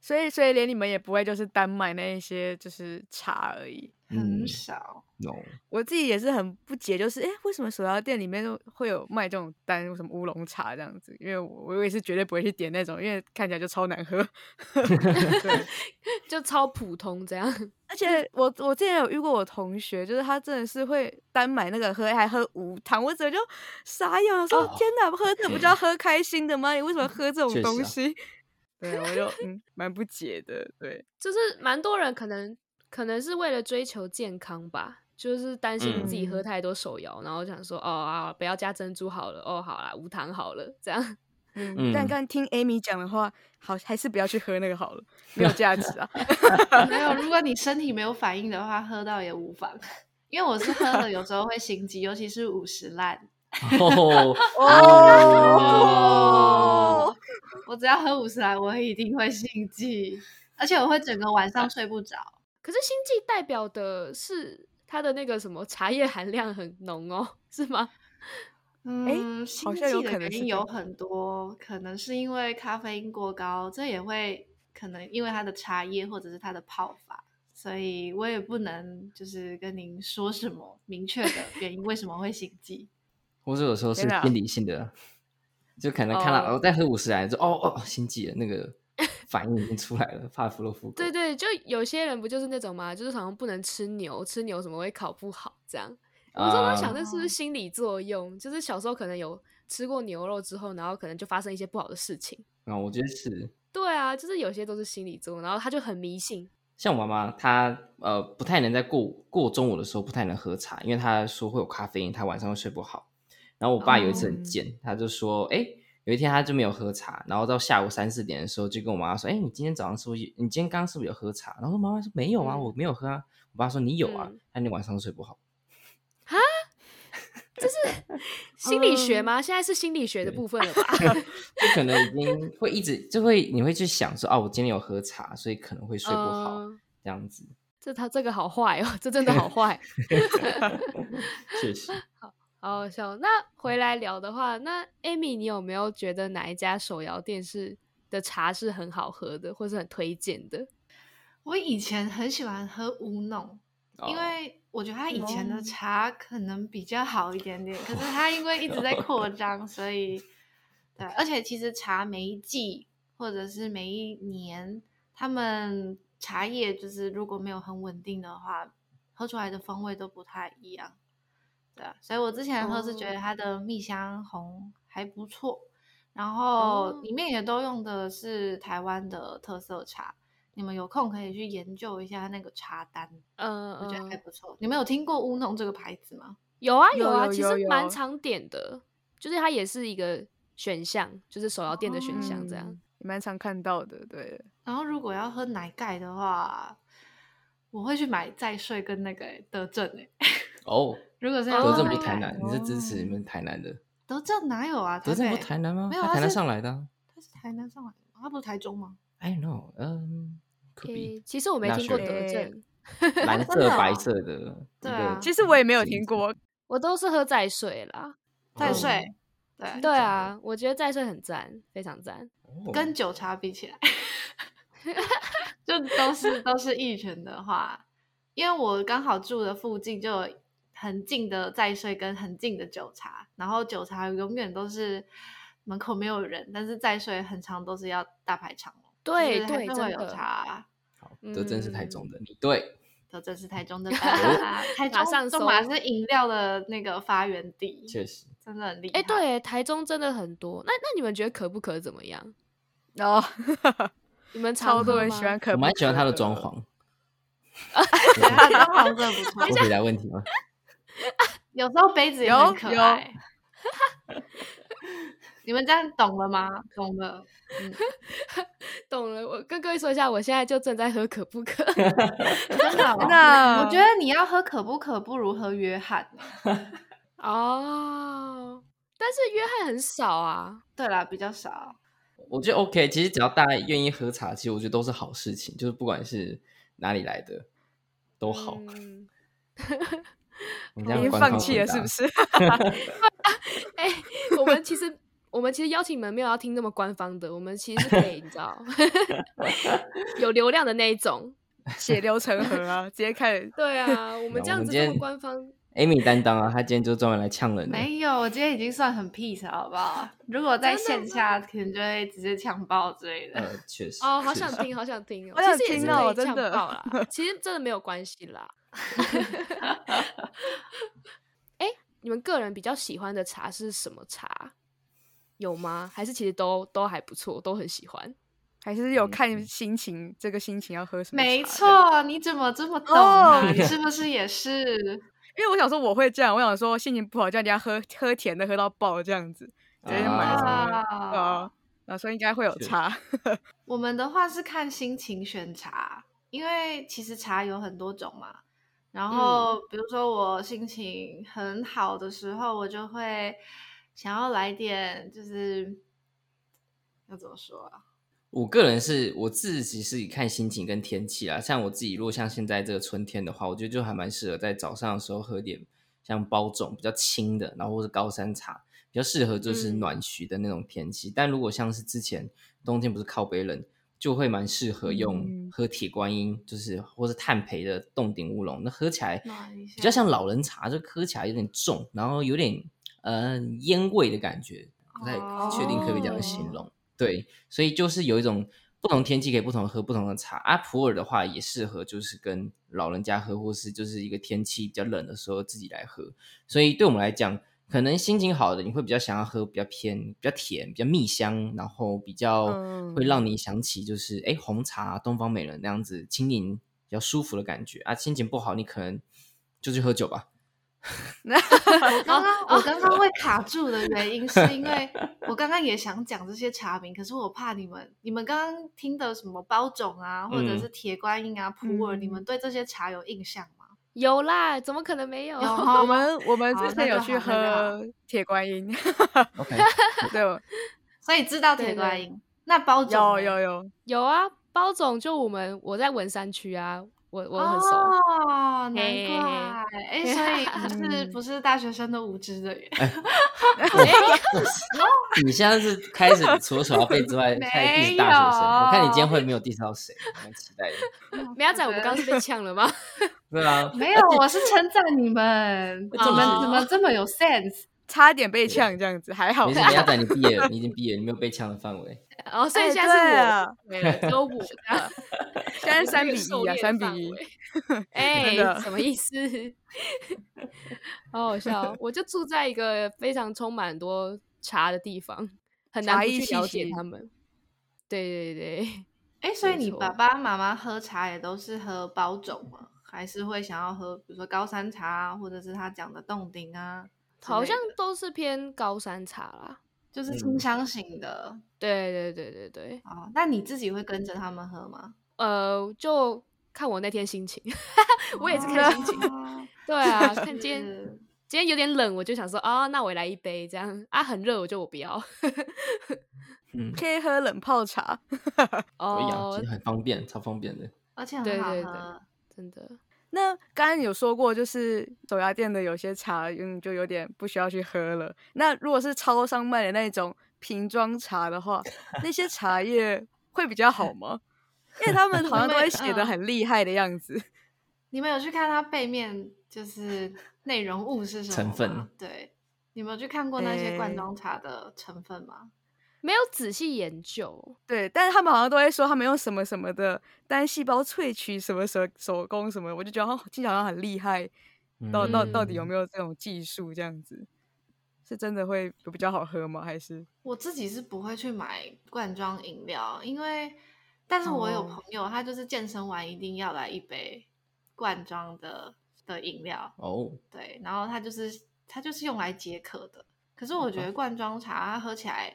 所以所以连你们也不会就是单买那一些就是茶而已。嗯很少。 [laughs] no， [laughs] 我自己也是很不解，就是哎、诶为什么手摇店里面都会有卖这种单，什么乌龙茶这样子？因为我我也是绝对不会去点那种，因为看起来就超难喝。 [laughs] 对就超普通这样。 [laughs] 而且我我之前有遇过我同学，就是他真的是会单买那个喝，还喝无糖，我整个就傻眼，我说、哦天哪，喝这不 [laughs] 就要喝开心的吗？你为什么喝这种确实东啊西？ [laughs] 对，我 [laughs] 就嗯蛮不解的，对，就是蛮多人可能可能是为了追求健康吧，就是担心嗯自己喝太多手摇，然后想说哦啊，不要加珍珠好了，哦好啦，无糖好了，这样嗯，嗯但刚听 Amy 讲的话，好还是不要去喝那个好了，没有价值 [laughs] 啊。没有，如果你身体没有反应的话，喝到也无妨。因为我是喝了，有时候会心悸，尤其是五十烂。哦，哦，我只要喝五十兰，我一定会心悸，而且我会整个晚上睡不着。可是心悸代表的是它的那个什么茶叶含量很浓哦，是吗？嗯，心好悸像有的可能原是因这有个很多，可能是因为咖啡因过高，这也会可能因为它的茶叶或者是它的泡法，所以我也不能就是跟您说什么明确的原因为什么会心悸。或者有时候是天哪偏理性的，就可能看到啊哦我在喝五十来，就哦哦心悸了，那个反应已经出来了，帕夫洛夫狗。对对，就有些人不就是那种嘛，就是好像不能吃牛，吃牛什么会烤不好这样。我常常啊，想，这是不是心理作用？就是小时候可能有吃过牛肉之后，然后可能就发生一些不好的事情。啊，我觉得是。对啊，就是有些都是心理作用，然后他就很迷信，像我妈妈，她呃不太能在过过中午的时候不太能喝茶，因为她说会有咖啡因，她晚上会睡不好。然后我爸有一次很哦贱，他就说：“哎、有一天他就没有喝茶，然后到下午三四点的时候就跟我妈妈说：‘哎、你今天早上是不是你今天刚刚是不是有喝茶？’然后妈妈说：‘没有啊，嗯我没有喝啊。’我爸说：‘你有啊嗯，那、你晚上睡不好。心理学嗯吗？现在是心理学的对部分了吧？’就可能已经会一直就会你会去想说：‘啊，我今天有喝茶，所以可能会 [laughs] 睡不好。嗯这样子，这他这个好坏哦，这真的好 [laughs] 坏，确实。好好笑。那回来聊的话，那 Amy，你有没有觉得哪一家手摇店是的茶是很好喝的，或是很推荐的？我以前很喜欢喝乌弄， [laughs] 哦因为我觉得他以前的哦茶可能比较好一点点，可是他因为一直在扩张，所以对，而且其实茶每一季或者是每一年，他们茶叶就是如果没有很稳定的话，喝出来的风味都不太一样。对啊，所以我之前喝是觉得哦它的蜜香红还不错，然哦后里面也都用的是台湾的特色茶。你们有空可以去研究一下那个茶单，嗯我觉得还嗯，不错。你们有听过乌龙这个牌子吗？有啊有啊，有其有实蛮有常点的，就是它也是一个选项，就是手摇店的选项这样。嗯也蛮常看到的，对。然后如果要喝奶盖的话，我会去买再睡跟那个欸德政诶。哦，如果是要哦德喝政不奶是台盖，南，你是支持你们台南的？德政哪有啊？德台政不北是台南吗？哦没有，他它台南是上来的啊。它是台南上来的吗，它不是台中吗？ I don't know，嗯、c o u l d 诶其实我没那听过选德的政， be 蓝 [laughs] 真的色、哦白色的。对啊其实我也没有听，过，我都是喝再睡啦。再哦睡，对，对啊，我觉得再睡很赞，非常赞。哦跟酒茶 [laughs] 比起来，就都是都是一拳的话，因为我刚好住的附近就有很近的再睡跟很近的酒茶，然后酒茶永远都是门口没有人，但是再睡很长都是要大排长龙，对就是还对是会真有的嗯茶。好，哦德政是台中的，嗯你对，都真是台 [laughs] 中的吧，台哦马上中中马搜是饮料的那个发源地，确实真的很厉害。哎、对，台中真的很多。那那你们觉得可不可怎么样？然后你们常哦 [laughs] 超多喝人吗喜欢可，我蛮喜欢它的装。潢。 [laughs] 对，它 [laughs] 的装潢真的不错，我回答问题吗？有时候杯子也有很可有爱。 [laughs] 你们这样懂了吗？懂了。懂了，我跟各位说一下，我现在就正在喝可不可。 [laughs] 真的哦、真的我觉得你要喝可不可不如喝约翰。哦，但是约翰很少啊。对啦，比较少。我觉得 OK，其实只要大家愿意喝茶，其实我觉得都是好事情，就是不管是哪里来的都好。嗯你已这样经官放方弃回了答是不？是？哎、我们其实我们其实邀请你们没有要听那么官方的，我们其实是可以，你知道， [laughs] 有流量的那一种。 [laughs] 血流成河啊，直接开始对啊，我们这样子今这么天官方， Amy 担当啊，她今天就专门来呛人的。没有，我今天已经算很 peace 了，好不好？如果在线下，可能就会直接强暴之类的。呃，确实。哦，好确想实。听，好想听哦。好想其实也是听哦可以真呛的爆 [laughs] 啦，其实真的没有关系啦。哎、你们个人比较喜欢的茶是什么茶？有吗？还是其实都都还不错，都很喜欢。还是嗯有看心情，这个心情要喝什么？没，错，你怎么这么懂啊？你是不是也是？因为我想说我会这样，我想说心情不好叫人家喝喝甜的，喝到爆这样子，直接买什么的啊对啊，然后所以应该会有确差。我们的话是看心情选茶，因为其实茶有很多种嘛。嗯然后比如说我心情很好的时候，我就会想要来点，就是要怎么说啊？我个人是我自己是看心情跟天气啦，像我自己，如果像现在这个春天的话，我觉得就还蛮适合在早上的时候喝点像包种比较轻的，然后或是高山茶，比较适合就是嗯暖徐的那种天气。但如果像是之前冬天不是靠北冷，就会蛮适合用嗯喝铁观音，就是或是炭焙的冻顶乌龙，那喝起来暖一下比较像老人茶，就喝起来有点重，然后有点呃烟味的感觉，不太确定可不可以这样哦形容。对，所以就是有一种不同天气给不同喝不同的茶。啊，普洱的话也适合，就是跟老人家喝，或是就是一个天气比较冷的时候自己来喝。所以对我们来讲，可能心情好的你会比较想要喝比较偏、比较甜、比较蜜香，然后比较嗯会让你想起就是哎、诶红茶、东方美人那样子轻盈、比较舒服的感觉。啊，心情不好，你可能就去喝酒吧。刚刚哦我刚刚会卡住的原因，是因为我刚刚也想讲这些茶名，可是我怕你们，你们刚刚听的什么包种啊，或者嗯是铁观音啊、普洱，你嗯们对这些茶有印象吗？有啦，怎么可能没有？[laughs] 有我哈们我们好之那前有就去好那就喝铁观音， [laughs] OK， [laughs] 对，所以知道对铁对观音，那包种有呢有有，有啊，包总就我们我在文山区啊，我我很熟。哦，难嘿嘿嘿怪哎，所以不是嗯不是大学生的无知的人， [laughs] [laughs] [laughs] 你现在是开始除了小贝 [laughs] 之外，没开始是大学生。我看你今天有会没有介绍谁，蛮期待的。苗仔，我们刚刚是被呛了吗？ [laughs] 对啊，没有，我是称赞你们，我你们懂怎么这么有 sense？差点被呛这样子，还 [laughs] 好啊没。事，鸭仔你毕业了，你已经毕业了，你没有被呛的范围。然后剩哎下对是啊我，没了，只有我这样。 [laughs] 现 [laughs] 在三这 [laughs] 比个狩一啊，猎三比范一。围。 [laughs] 哎、的什么意思？ [laughs] 好好笑哦！我就住在一个非常充满很多茶的地方，很难茶不艺去气了解息他们。对对对，哎，所以没你错爸爸妈妈喝茶也都是喝包种吗？还是会想要喝，比如说高山茶啊，或者是他讲的冻顶啊之类的，好像都是偏高山茶啦。就是嗯清香型的对对对对对，哦。那你自己会跟着他们喝吗？呃，就看我那天心情， [laughs] 我也是看哦心情。 [laughs] 对啊，看今天是今天有点冷，我就想说啊，那我来一杯这样啊，很热我就我不要。 [laughs] [laughs] 嗯，可以喝冷泡茶，我一哦样，啊其实，很方便，超方便的。而且对很好对对喝。真的，那刚刚有说过，就是手摇店的有些茶，嗯，就有点不需要去喝了。那如果是超商卖的那种瓶装茶的话，那些茶叶会比较好吗？因为他们好像都会写嗯的很厉害的样子。你们有去看它背面就是内容物是什么成吗分？对，你们有去看过那些诶罐装茶的成分吗？没有仔细研究。对，但是他们好像都会说他们用什么什么的单细胞萃取什么手手工什么的，我就觉得哦，听起来好像很厉害。到到到底有嗯没有这种技术？这样子是真的会比较好喝吗？还是我自己是不会去买罐装饮料，因为，但是我有哦朋友，他就是健身完一定要来一杯罐装的的饮料，哦，对，然后它就是它就是用来解渴的。可是我觉得罐装茶它喝起来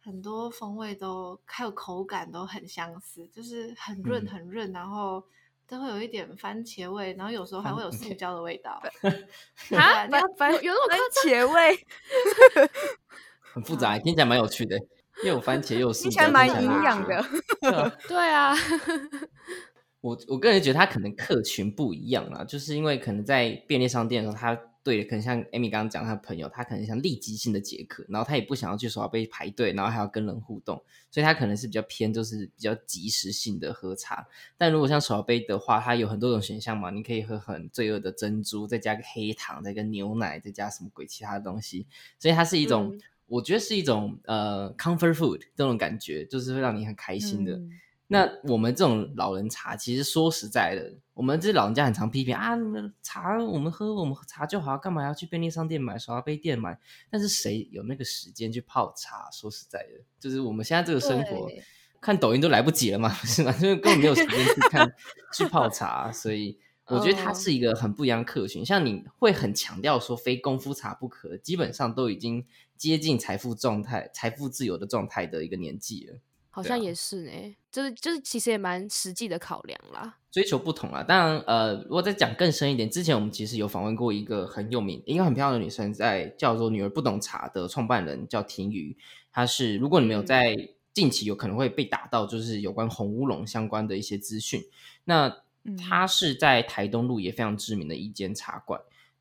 很多风味都还有口感都很相似，就是很润嗯很润，然后都会有一点番茄味，然后有时候还番会有塑茄胶的味道。 [laughs] 啊，对有啊番有那么番夸哎茄味很复杂，听起来蛮有趣的，又有番茄又 [laughs] 有听素，起来蛮营有养趣的。 [laughs] 对啊，我我个人觉得它可能客群不一样啦，就是因为可能在便利商店的时候，它对，可能像 Amy 刚刚讲，她的朋友，她可能想立即性的解渴，然后她也不想要去手摇杯排队，然后还要跟人互动，所以她可能是比较偏就是比较即时性的喝茶。但如果像手摇杯的话，它有很多种选项嘛，你可以喝很罪恶的珍珠，再加个黑糖，再跟牛奶，再加什么鬼其他的东西，所以它是一种，嗯我觉得是一种呃 comfort food 这种感觉，就是会让你很开心嗯的。那我们这种老人茶，其实说实在的，我们这老人家很常批评啊，你们茶我们喝我们喝茶就好，干嘛要去便利商店买、手摇杯店买？但是谁有那个时间去泡茶？说实在的，就是我们现在这个生活对，看抖音都来不及了嘛， [laughs] 是吗？就是根本没有时间去看去泡茶，所以我觉得它哦是一个很不一样的客群。像你会很强调说非功夫茶不可，基本上都已经接近财富状态、财富自由的状态的一个年纪了。好对像啊也是呢、就是就是其实也蛮实际的考量啦。追求不同啦。当然，呃，如果再讲更深一点，之前我们其实有访问过一个很有名、一个很漂亮的女生在，叫做“女儿不懂茶”的创办人叫婷瑜，她是如果你们有嗯在近期有可能会被打到，就是有关红乌龙相关的一些资讯。那嗯她是在台东路也非常知名的一间茶馆。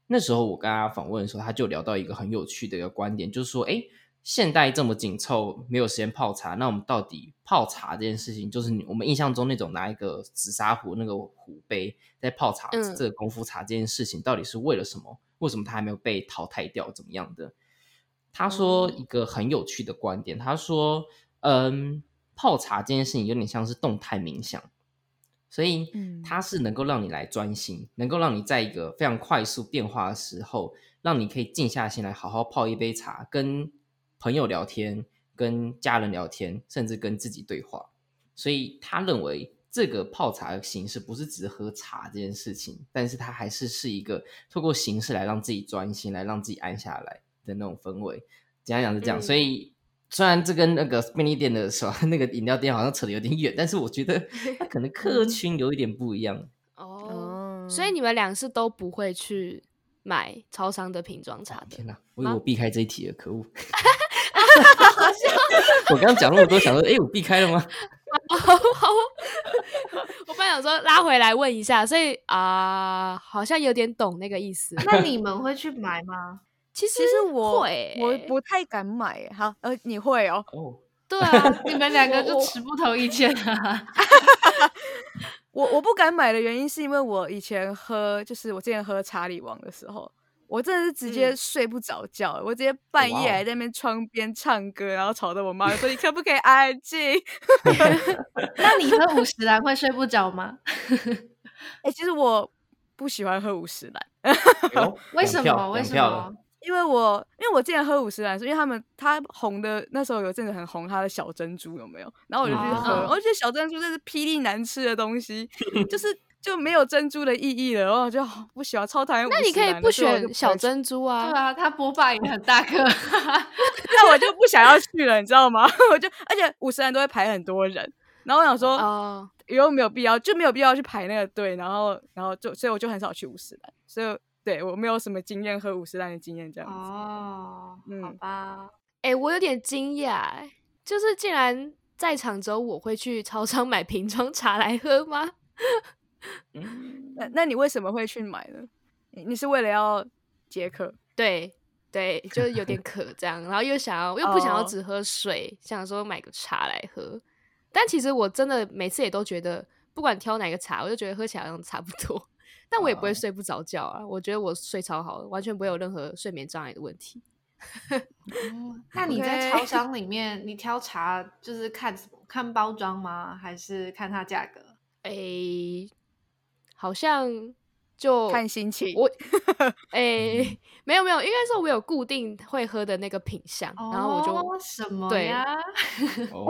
那时候我跟她访问的时候，她就聊到一个很有趣的一个观点，就是说，哎，现代这么紧凑，没有时间泡茶，那我们到底泡茶这件事情，就是你我们印象中那种拿一个紫砂壶那个壶杯在泡茶、嗯这个功夫茶这件事情，到底是为了什么？为什么它还没有被淘汰掉？怎么样的？他说一个很有趣的观点，他说，嗯，泡茶这件事情有点像是动态冥想，所以嗯它是能够让你来专心，能够让你在一个非常快速变化的时候，让你可以静下心来好好泡一杯茶，跟朋友聊天，跟家人聊天，甚至跟自己对话。所以他认为这个泡茶的形式不是只是喝茶这件事情，但是它还是是一个透过形式来让自己专心，来让自己安下来的那种氛围。简单讲是这样，嗯所以虽然这跟那个便利店的时候 [laughs] 那个饮料店好像扯得有点远，但是我觉得它可 [laughs] 能客群有一点不一样。哦，哦所以你们俩是都不会去买超商的瓶装茶的 [laughs] 哦天。哪，我以为啊我避开这一题了， [laughs] 可恶！我刚刚讲那么多，想说，哎、我避开了吗？我本来想说拉回来问一下，所以啊、好像有点懂那个意思。那你们会去买吗？其实其实我会我欸不太敢买耶。好，呃，你会哦。哦，对啊，你们两个我就我持不同意见 [laughs] 啊！我我不敢买的原因是因为我以前喝，就是我之前喝查理王的时候，我真的是直接嗯睡不着觉，我直接半哇哦夜还在那边窗边唱歌，然后吵得我妈说你可不可以安静？那你喝五十兰会睡不着吗？哎、其实我不喜欢喝五十兰，有 [laughs] 为两什票么？为两什票了么？因为我因为我之前喝五十兰，是因为他们他红的那时候有一阵子很红，他的小珍珠有没有？然后我就去喝，哦我就觉得小珍珠这是霹雳难吃的东西，就是就没有珍珠的意义了，然后我就好不喜欢，超讨厌。那你可以啊不选小珍珠对啊，啊，他波霸也很大个，那我就不想要去了，你知道吗？ [laughs] 我就而且五十人都会排很多人，然后我想说，哦以后没有必要，就没有必要去排那个队，然后然后就所以我就很少去五十人，所以对我没有什么经验喝五十人的经验这样子。哦，好嗯吧，哎、我有点惊讶、欸，就是竟然在场只有我会去超商买瓶装茶来喝吗？ [laughs] 那那你为什么会去买呢？你你是为了要解渴？对对，就是有点渴这样，然后又想要又不想要哦只喝水想说买个茶来喝。但其实我真的每次也都觉得，不管挑哪个茶，我就觉得喝起来好像差不多。 [laughs] 但我也不会哦睡不着觉啊，我觉得我睡超好的，完全不会有任何睡眠障碍的问题。嗯那你在 OK 超商里面，你挑茶就是看什么？看包装吗？还是看它价格？诶、好像就看心情我诶、没有没有，应该说我有固定会喝的那个品相，然后我就哦什么对呀？ [laughs] 哦，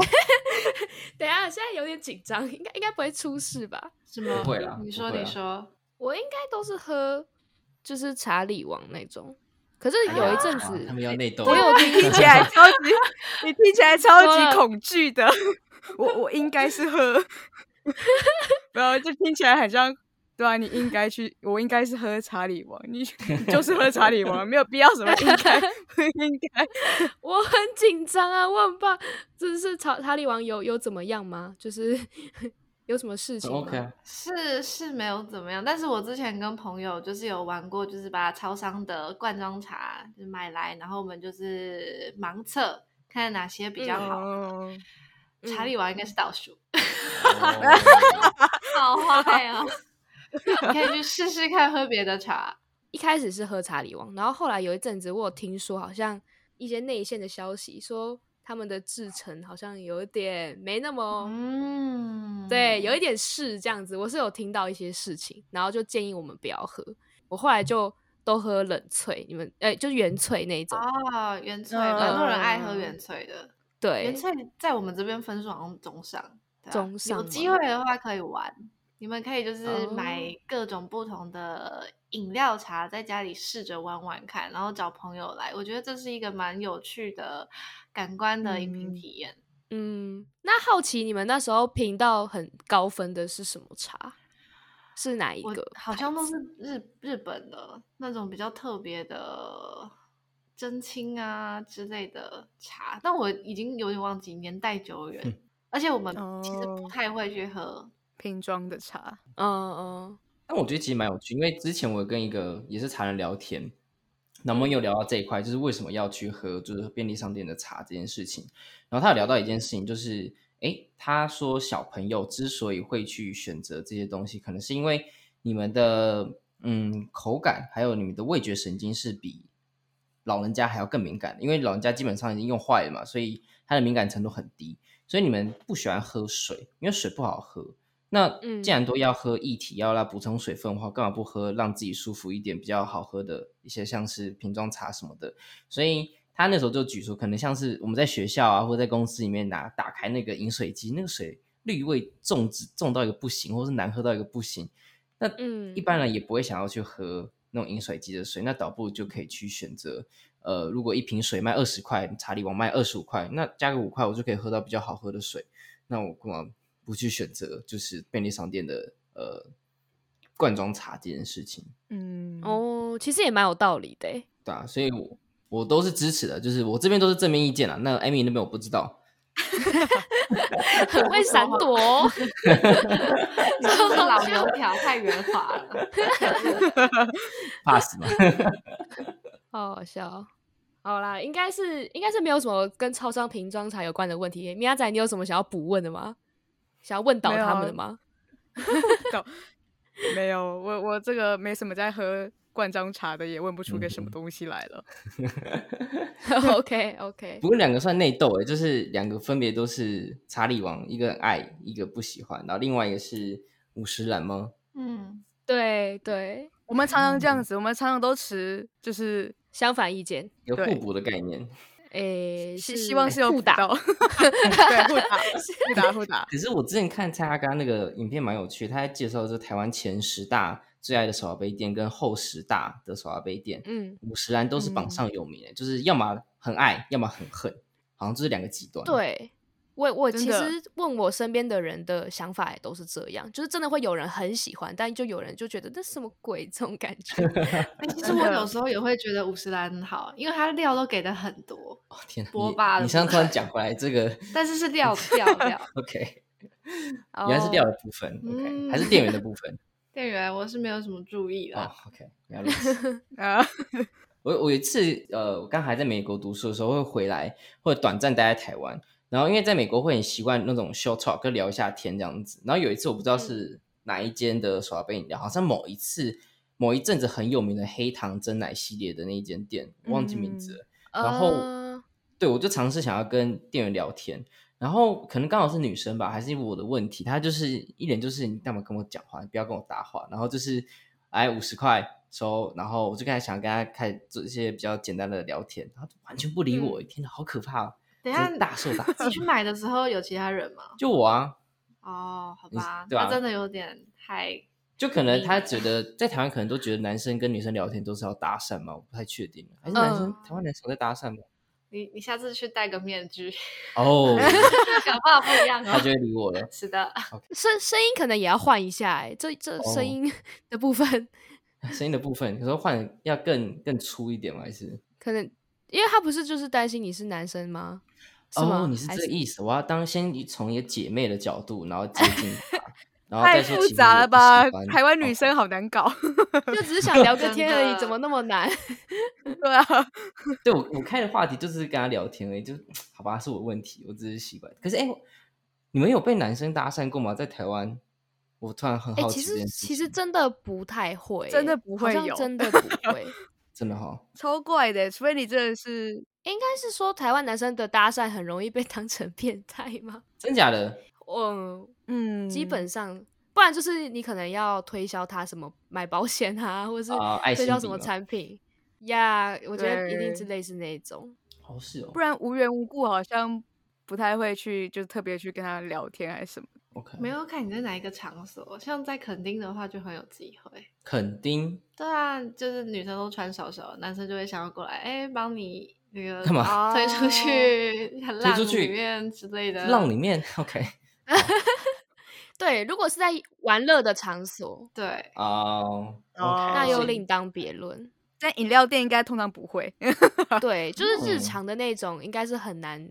等一下现在有点紧张，应该应该不会出事吧？什么？会啦你不说，会你啦说，我应该都是喝就是查理王那种，可是哎呀有一阵哇子他们要内斗我了，有听听起来超级， [laughs] 你听起来超说了级恐惧的。我我应该 [laughs] 是喝，没有，就听起来很像。对啊，你应该去，我应该是喝查理王，你你就是喝查理王，没有必要什么应该不应 [laughs] 该。我很紧张啊，我很怕，就是查查理王有有怎么样吗？就是 [laughs] 有什么事情很吗 OK 啊。是是没有怎么样，但是我之前跟朋友就是有玩过，就是把超商的罐装茶就是买来，然后我们就是盲测看哪些比较好。嗯查理王应该是倒数，哦好坏哦！你可以去试试看喝别的茶。一开始是喝查理王，然后后来有一阵子我有听说，好像一些内线的消息说他们的制成好像有一点没那么，嗯，对，有一点是这样子。我是有听到一些事情，然后就建议我们不要喝。我后来就都喝冷萃，你们哎、就是原萃那一种，啊、原萃，嗯蛮多人爱喝原萃的。对原，萃在我们这边分数好像中上，对啊中上有吗机会的话可以玩，你们可以就是哦买各种不同的饮料茶，在家里试着玩玩看，然后找朋友来，我觉得这是一个蛮有趣的感官的饮品嗯体验。嗯。那好奇你们那时候评到很高分的是什么茶？是哪一我个？好像都是日日本的那种比较特别的真青啊之类的茶，但我已经有点忘记年代久远，而且我们其实不哦太会去喝。 [laughs] 瓶装的茶，嗯嗯但我觉得其实蛮有趣，因为之前我有跟一个也是茶人聊天，那我们有聊到这一块，就是为什么要去喝就是便利商店的茶这件事情。然后他有聊到一件事情，就是诶，他说小朋友之所以会去选择这些东西，可能是因为你们的嗯口感还有你们的味觉神经是比老人家还要更敏感的，因为老人家基本上已经用坏了嘛，所以他的敏感程度很低，所以你们不喜欢喝水，因为水不好喝。那嗯既然都要喝液体，要来补充水分的话，干嘛不喝让自己舒服一点、比较好喝的一些像是瓶装茶什么的？所以他那时候就举出，可能像是我们在学校啊，或者在公司里面拿打开那个饮水机，那个水绿味重之重到一个不行，或是难喝到一个不行。那嗯一般人也不会想要去喝那种饮水机的水，那倒不如就可以去选择，呃，如果一瓶水卖二十块，茶里王卖二十五块，那加个五块，我就可以喝到比较好喝的水。那我干嘛不去选择就是便利商店的呃罐装茶这件事情？嗯嗯，，哦，其实也蛮有道理的欸。 [laughs] 对啊，所以我我都是支持的，就是我这边都是正面意见啦。那艾米那边我不知 [laughs] 道，很会闪躲哦、 [laughs] 是不是老油条太圆滑了？怕死吗？ [laughs] 好好笑哦。好啦，应该是应该是没有什么跟超商瓶装茶有关的问题。米亚仔，你有什么想要补问的吗？想要问倒没有他啊们的吗？没有，我我这个没什么在喝罐装茶的，也问不出个什么嗯东西来了。 [laughs] OK OK，不过两个算内斗诶、就是两个分别都是查理王，一个很爱，一个不喜欢，然后另外一个是五十岚吗？ [laughs] 嗯，对对，我们常常这样子，我们常常都持就是相反意见，有对互补的概念。诶、希是希望是有互补打 [laughs] 到，对，互打，互打，互打。可是我之前看蔡阿刚那个影片蛮有趣，他在介绍这台湾前十大最爱的手摇杯店跟后十大的手摇杯店，嗯，五十岚都是榜嗯上有名的、欸就是要么很爱，要么很恨，好像就是两个极端。，对。我我真其的实问我身边的人的想法也都是这样，就是真的会有人很喜欢，但就有人就觉得这什么鬼这种感觉。哎其实真我的有时候也会觉得五十岚好，因为它料都给的很多，哦天哪，波霸你的你部现在突然讲回来 [laughs] 这个但是是料料 [laughs] 料。 ，OK，原原来是料的部分、o k 还是店员的部分？店员，我是没有什么注意哦啦。 ，OK，原来如此。啊，我我有一次，呃，我刚还在美国读书的时候会回来，或者短暂待在台湾。然后因为在美国会很习惯那种 show talk，跟聊一下天这样子。然后有一次我不知道是哪一间的手摇杯饮料，好像某一次某一阵子很有名的黑糖真奶系列的那一间店，我忘记名字了。然后、嗯呃对我就尝试想要跟店员聊天，然后可能刚好是女生吧，还是因为我的问题，她就是一脸就是你干嘛跟我讲话，你不要跟我搭话，然后就是哎五十块收，然后我就开始想跟她开始做一些比较简单的聊天，然后完全不理我，天哪，好可怕、哦！嗯等一真下是大受打 [laughs] 你击，去买的时候有其他人吗？就我啊，哦，好你是吧，对啊那真的有点太……就可能他觉得在台湾可能都觉得男生跟女生聊天都是要搭讪嘛，我不太确定，还是男生、嗯台湾男生有在搭讪吗？你你下次去戴个面具， [laughs] 哦，搞不好不一样哦。他就会理我了。是的，声声音可能也要换一下、欸，这这哦声音 [laughs] 的部分声音的部分，有时候换要更更粗一点吗？还是？可能，因为他不是就是担心你是男生吗？是吗？哦，你是还这个意思？我要当先以从一个姐妹的角度，然后接近她然后太再说复其他杂我了不吧喜欢？台湾哦女生好难搞。 [laughs] 就只是想聊个真天而已，的怎么那么难？对啊，对我我开的话题就是跟他聊天而已，就好吧，是我问题，我只是习惯。可是哎、我你们有被男生搭讪过吗？在台湾，我突然很哎、好其奇这实件事情。其实真的不太会欸，真的不好会像有真的 [laughs] 不会。真的哈，超怪的，除非你真的是应该是说台湾男生的搭讪很容易被当成 [laughs] 变态吗？真假的？嗯，[laughs] 嗯，基本上，不然就是你可能要推销他什么买保险啊，或者啊爱是推心销笔什么吗产品呀我觉得一定是对类似那一种。哦，是哦不然无缘无故好像不太会去，就特别去跟他聊天还是什么。 ，OK，没有看你在哪一个场所，像在垦丁的话就很有机会。肯定对啊，就是女生都穿少少，男生就会想要过来，哎，帮你那个干嘛推出哦去，很推浪出去里面之类的，浪里面 [laughs] OK 对，如果是在玩乐的场所，对，哦哦 OK，那又所以另当别论。在饮料店应该通常不会， [laughs] 对，就是日嗯常的那种，应该是很难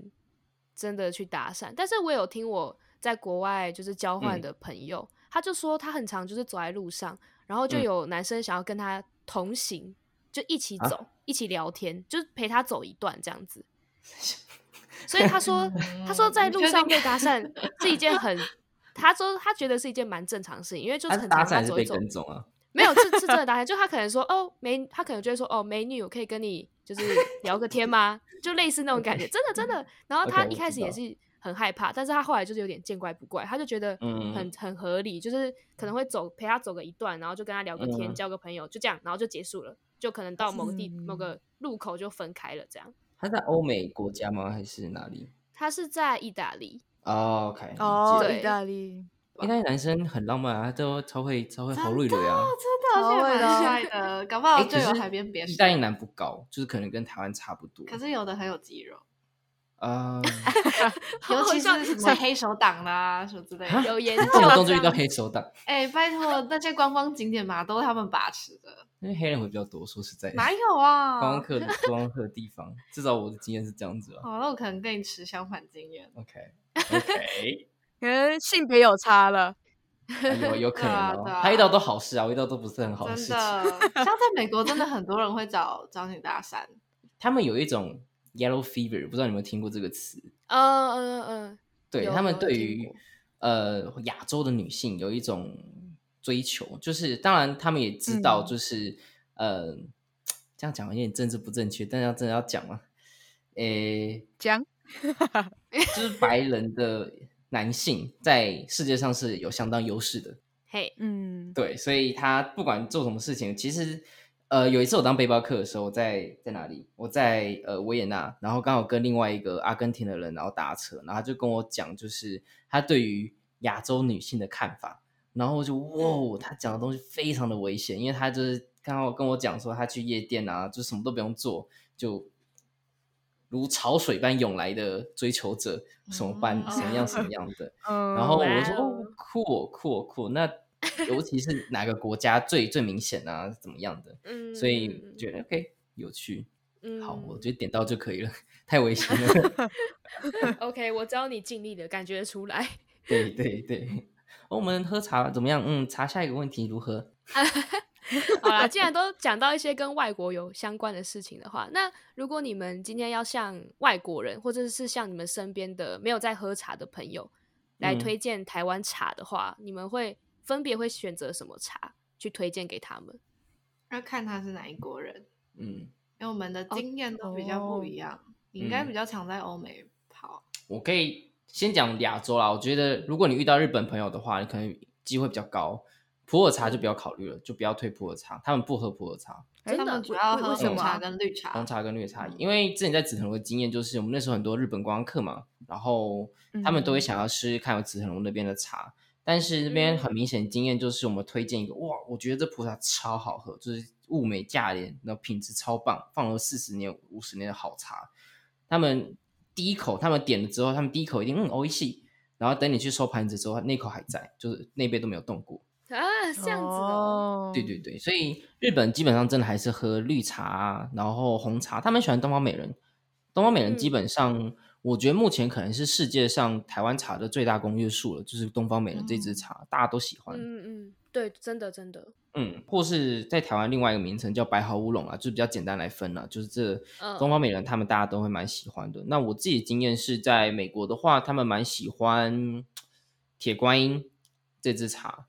真的去搭讪。但是我有听我在国外就是交换嗯的朋友，他就说他很常就是走在路上，然后就嗯有男生想要跟他同行，就一起啊走，一起聊天，就是陪他走一段这样 [laughs] 子。所以他说，他说嗯在你路确上定被搭讪 [laughs] 是一件很，他说他觉得是一件蛮正常的事情，因为就是他很啊搭常讪他还是走被一走，跟踪啊？没有，是是真的答案。就他可能说哦美，他可能就会说哦美女，我可以跟你就是 [laughs] 聊个天吗？就类似那种感觉，真的真的。然后 OK，他我一开知始也道是很害怕，但是他后来就是有点见怪不怪，他就觉得嗯很很合理，就是可能会走陪他走个一段，然后就跟他聊个天，嗯交个朋友，就这样，然后就结束了，就可能到某个地嗯某个路口就分开了这样。他在欧美国家吗？还是哪里？他是在意大 [laughs] 利，哦，OK，理解 [laughs] 哦，对意大利因为那些男生很浪漫啊，他都超会超会好瑞瑞啊。真的，超而会且的蛮哦帅的，搞不好诶就哎可有是海边别意墅。大利男不高，就是可能跟台湾差不多。可是有哎的很有肌肉，啊， [laughs] 尤其像是什么黑手党啦、什么之类啊的。有 [laughs] 研他究动不动就遇这到样黑手党。哎、拜托，那些观光景点嘛，都是他们把持的，因为黑人会比较多，说实在的，哪观有啊？[laughs] 光客观光客的地方，至少我的经验是这样子啊。哦好，那我可能跟你持相反经验。 OK [laughs] OK，可能嗯性别有差了，有有可对啊能哦对啊，他遇到都好事啊，我遇到都不是很好的真事情。 [laughs] 的，像在美国，真的很多人会找找你搭讪，他们有一种 yellow fever，不知道你们听过这个词？嗯嗯嗯，对有他们有对听于过呃亚洲的女性有一种追求，就是当然他们也知道，嗯就是、呃这样讲有点政治不正确，但要真的要讲嘛，诶，讲就是白人的男性在世界上是有相当优势的，嘿，嗯，对，所以他不管做什么事情，其实呃，有一次我当背包客的时候，我在在哪里？我在呃维也纳，然后刚好跟另外一个阿根廷的人然后搭车，然后他就跟我讲，就是他对于亚洲女性的看法，然后我就哇，他讲的东西非常的危险，因为他就是刚好跟我讲说，他去夜店啊，就什么都不用做，就。如潮水般涌来的追求者，什么般什么样什么样的，嗯然后我就哇说哦哦酷哦酷哦酷哦，那尤其是哪个国家最最明显啊，怎么样的？嗯，所以嗯觉得 OK 有趣，嗯好，我嗯觉得点到就可以了，太危险 [laughs] 了。 OK，我知道你尽力了，感觉得出来。对对对、哦我们喝茶怎么样？嗯，查下一个问题如何？好啦，既然都讲到一些跟外国有相关的事情的话，那如果你们今天要向外国人，或者是向你们身边的没有在喝茶的朋友来嗯推荐台湾茶的话，你们会分别会选择什么茶去推荐给他们？要看他是哪一国人，嗯，因为我们的哦经验都比较不一样。你应该嗯比较常在欧美跑，我可以先讲亚洲啦。我觉得如果你遇到日本朋友的话，你可能机会比较高。普洱茶就不要考虑了，就不要推普洱茶，他们不喝普洱茶。哎他们为主要为喝为什红么茶啊？跟绿茶。红茶跟绿茶，因为之前在紫藤楼的经验就是，我们那时候很多日本观光客嘛，然后他们都会想要试试看有紫藤楼那边的茶，但是那边很明显经验就是，我们推荐一个哇，我觉得这葡萄超好喝，就是物美价廉，然后品质超棒，放了四十年、五十年的好茶。他们第一口，他们点了之后，他们第一口一定嗯欧一系，然后等你去收盘子之后，那口还在，就是那杯都没有动过。啊，这样子哦，哦对对对，所以日本基本上真的还是喝绿茶啊、然后红茶，他们喜欢东方美人。东方美人基嗯本上我觉得目前可能是世界上台湾茶的最大公约数了，就是东方美人这支茶，大家都喜欢。哦嗯嗯，对，真的真的，嗯，或是在台湾另外一个名称叫白毫乌龙啊，就比较简单来分了、就是这嗯东方美人他们大家都会蛮喜欢的。那我自己经验是在美国的话，他们蛮喜欢铁观音这支茶，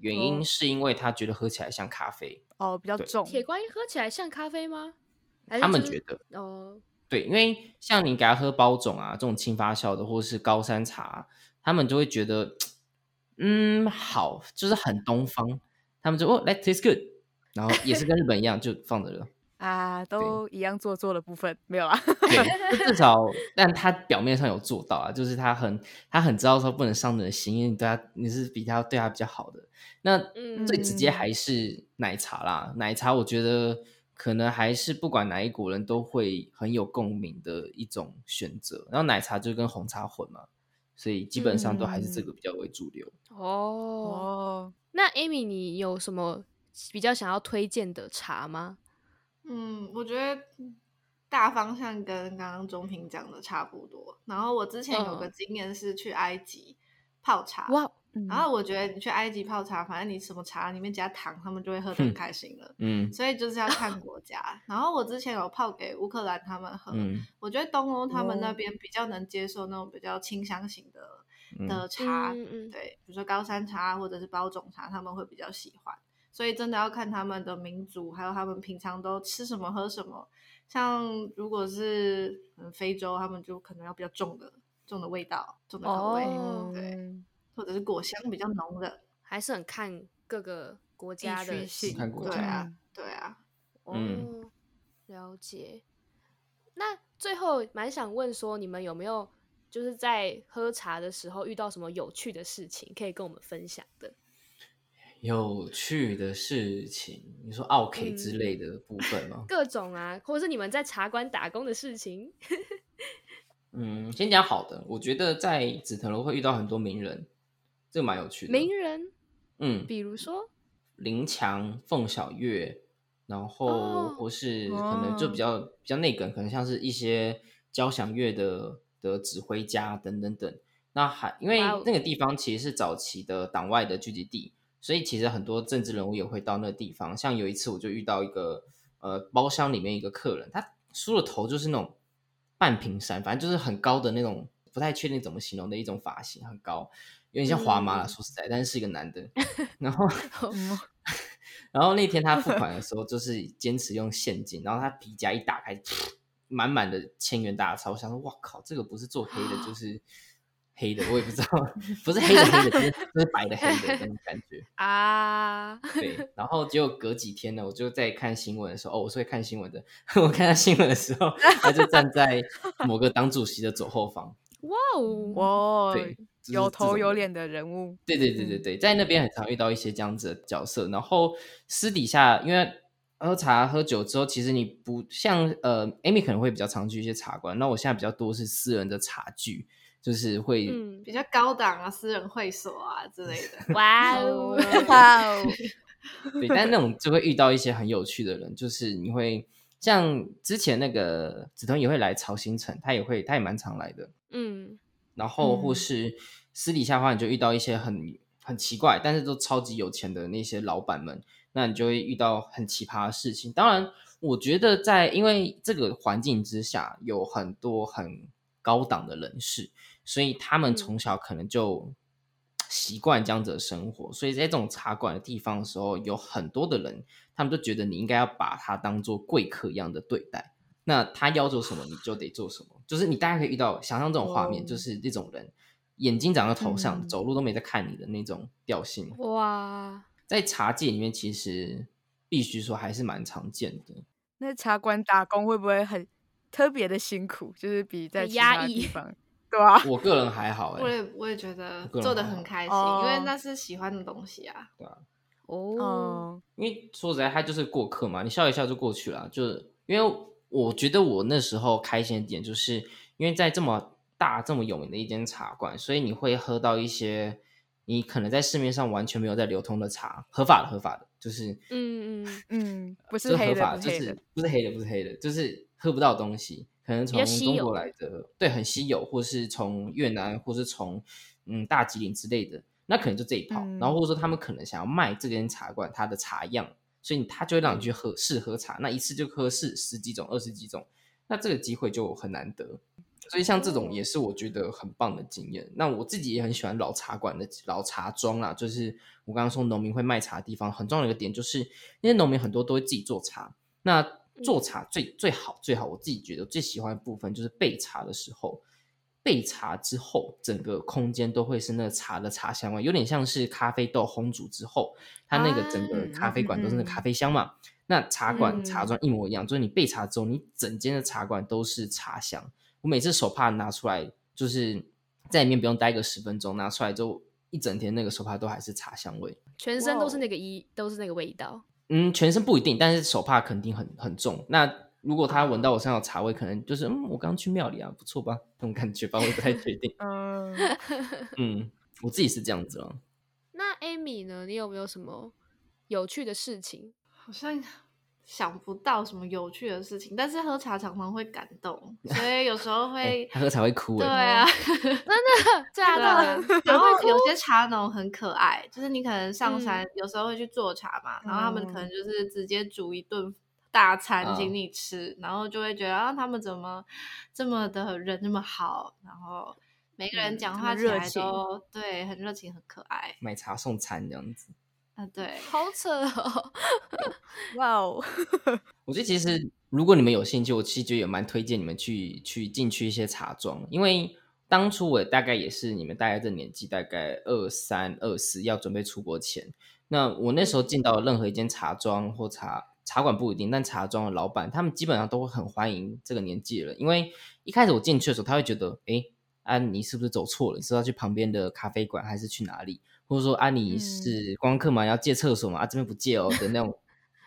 原因哦是因为他觉得喝起来像咖啡，哦，比较对重，铁观音喝起来像咖啡吗？还是他们就是觉得。哦，对，因为像你给他喝包种啊，这种轻发酵的，或是高山茶啊，他们就会觉得，嗯，好，就是很东方，他们就哦，that tastes good，然后也是跟日本一样，就放着了。啊，都一样做作的部分没有啦。对，就至少，但他表面上有做到啊，就是他很他很知道说不能伤人的心，因为你对他你是比他对他比较好的。那嗯最直接还是奶茶啦，奶茶我觉得可能还是不管哪一国人都会很有共鸣的一种选择。然后奶茶就跟红茶混嘛，所以基本上都还是嗯这个比较为主流。哦， [laughs] 哦，那 Amy，你有什么比较想要推荐的茶吗？嗯，我觉得大方向跟刚刚钟平讲的差不多。然后我之前有个嗯经验是去埃及泡茶，哇，然嗯后我觉得你去埃及泡茶，反正你什么茶里面加糖，他们就会喝得很哼开心了。嗯所以就是要看国家。然后我之前有泡给乌克兰他们喝，嗯我觉得东欧他们那哦边比较能接受那种比较清香型的、嗯，的茶，嗯嗯对，比如说高山茶或者是包种茶，他们会比较喜欢。所以真的要看他们的民族，还有他们平常都吃什么喝什么。像如果是嗯非洲，他们就可能要比较重的重的味道、重的口味，哦对，嗯或者是果香比较浓的，还是很看各个国地家的区习性看国对惯家啊，对啊。嗯哦，了解。那最后蛮想问说，你们有没有就是在喝茶的时候遇到什么有趣的事情可以跟我们分享的？有趣的事情，你说 OK 之嗯类的部分吗？各种啊，或者是你们在茶馆打工的事情？嗯，先讲好的，我觉得在紫藤楼会遇到很多名人，这个蛮有趣的。名人，嗯，比如说，林强、凤小岳，然后哦或是可能就比较、比较内梗，可能像是一些交响乐的的指挥家等等等。那还因为哇哦那个地方其实是早期的党外的聚集地，所以其实很多政治人物也会到那个地方。像有一次我就遇到一个呃包厢里面一个客人，他梳了头就是那种半平山，反正就是很高的那种，不太确定怎么形容的一种发型，很高，有点像华妈啦，嗯说实在，但是是一个男的。然后嗯 [laughs] 然后那天他付款的时候，就是坚持用现金，然后他皮夹一打开，满满的千元大钞。我想说，哇靠，这个不是做黑的，就是黑的，我也不知道，不是黑的黑的，就是就是白的黑的那种感觉。啊， [laughs] 对，然后结果隔几天呢，我就在看新闻的时候，哦，我是会看新闻的。 [laughs] 我看他新闻的时候，他就站在某个党主席的左后 [laughs] 方，哇哦，哇，对，就是有这头种有脸的嗯人物，对对对对对，在那边很常遇到一些这样子的角色。然后私底下，因为喝茶喝酒之后，其实你不像呃，Amy 可能会比较常去一些茶馆，那我现在比较多是私人的茶具，就是会、嗯，比较高档啊，私人会所啊之类的。哇哦，哇哦，对，但那种就会遇到一些很有趣的人，就是你会像之前那个梓潼也会来曹新城，他也会他也蛮常来的。嗯，然后或嗯是私底下的话，你就遇到一些很很奇怪，但是都超级有钱的那些老板们，那你就会遇到很奇葩的事情。当然，我觉得在因为这个环境之下，有很多很高档的人士，所以他们嗯从小可能就习惯这样子的生活，所以在这种茶馆的地方的时候，有很多的人，他们就觉得你应该要把他当做贵客一样的对待。那他要做什么，你就得做什么。就是你大概可以遇到想象这种画面，哦就是那种人眼睛长在头上，嗯走路都没在看你的那种调性， [laughs] 哇，在茶界里面其实必须说还是蛮常见的。那茶馆打工会不会很特别的辛苦？就是比在很其压他抑地方，对啊 [laughs] 吧、我个人还好、我欸，也我也觉得个人做的还好很开心，因哦为那是喜欢的东西啊。 [laughs] 哦，哦，因为说实在，他就是过客嘛，你笑一笑就过去了啊。就是因为我觉得我那时候开心的点，就是因为在这么大、这么有名的一间茶馆，所以你会喝到一些你可能在市面上完全没有在流通的茶，合法的、合法的，就是嗯嗯，嗯，不就是黑合的，法，不就黑是 [laughs] 的，不是黑的，不是黑的，就是喝不到的东西。可能较从稀中有国来的，对，很稀有，或是从越南，或是从嗯大吉岭之类的，那可能就这一套。嗯然后或者说他们可能想要卖这间茶馆它的茶样，所以他就会嗯让你去喝试喝茶，那一次就喝试十几种、二十几种，那这个机会就很难得。所以像这种也是我觉得很棒的经验。那我自己也很喜欢老茶馆的老茶庄啦，就是我刚刚说农民会卖茶的地方，很重要的一个点就是，因为农民很多都会自己做茶，那嗯做茶最最好最好，我自己觉得最喜欢的部分就是备茶的时候，备茶之后，整个空间都会是那个茶的茶香味，有点像是咖啡豆烘煮之后，它那个整个啊咖啡馆都是那嗯嗯嗯。咖啡香嘛。那茶馆、嗯茶庄一模一样，就是你备茶之后，你整间的茶馆都是茶香。我每次手帕拿出来，就是在里面不用待个十分钟，拿出来之后一整天那个手帕都还是茶香味。全身都哇是哦那个一，都是那个味道。嗯，全身不一定，但是手帕肯定很很重。那如果他闻到我身上有茶味，可能就是嗯，我刚去庙里啊，不错吧，那种感觉吧，我也不太确定嗯，嗯，我自己是这样子哦了。那 Amy 呢？你有没有什么有趣的事情？好像想不到什么有趣的事情，但是喝茶常常会感动，所以有时候哎会，他喝茶会哭对哎、啊，对啊，对对啊啊，然后有些茶农很可爱，就是你可能上山有时候会去做茶嘛，然后他们可能就是直接煮一顿大餐啊嗯请你吃，然后就会觉得啊，他们怎么这么的人那么好，然后每个人嗯讲他话们起热来情都对很热情很可爱买茶送餐这样子。啊，对， [laughs] 好扯哦。哇哦，我觉得其实如果你们有兴趣，我其实觉得也蛮推荐你们去去进去一些茶庄，因为当初我大概也是你们大概这年纪，大概二三二四要准备出国前，那我那时候进到任何一间茶庄或茶茶馆不一定，但茶庄的老板他们基本上都会很欢迎这个年纪的人，因为一开始我进去的时候，他会觉得，哎，啊你是不是走错了？你是要去旁边的咖啡馆还是去哪里？或者说啊你嗯是观光客嘛，要借厕所嘛，啊这边不借哦的那种，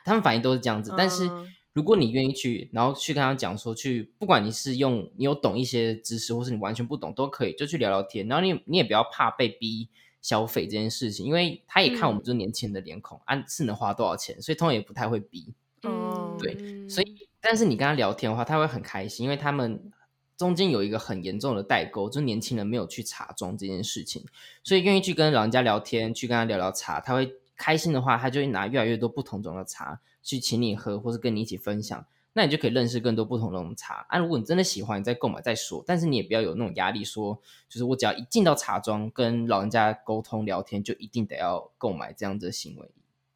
他们反应都是这样子。但是嗯如果你愿意去，然后去跟他讲说去，不管你是用你有懂一些知识，或是你完全不懂都可以，就去聊聊天。然后你你也不要怕被逼消费这件事情，因为他也看我们这年轻人的脸孔，啊是能花多少钱，所以通常也不太会逼。哦对嗯所以，但是你跟他聊天的话，他会很开心，因为他们中间有一个很严重的代沟，就是年轻人没有去茶庄这件事情，所以愿意去跟老人家聊天，去跟他聊聊茶，他会开心的话，他就会拿越来越多不同种的茶去请你喝，或是跟你一起分享。那你就可以认识更多不同种的茶啊！如果你真的喜欢，你再购买再说。但是你也不要有那种压力说，就是我只要一进到茶庄跟老人家沟通聊天，就一定得要购买这样子的行为。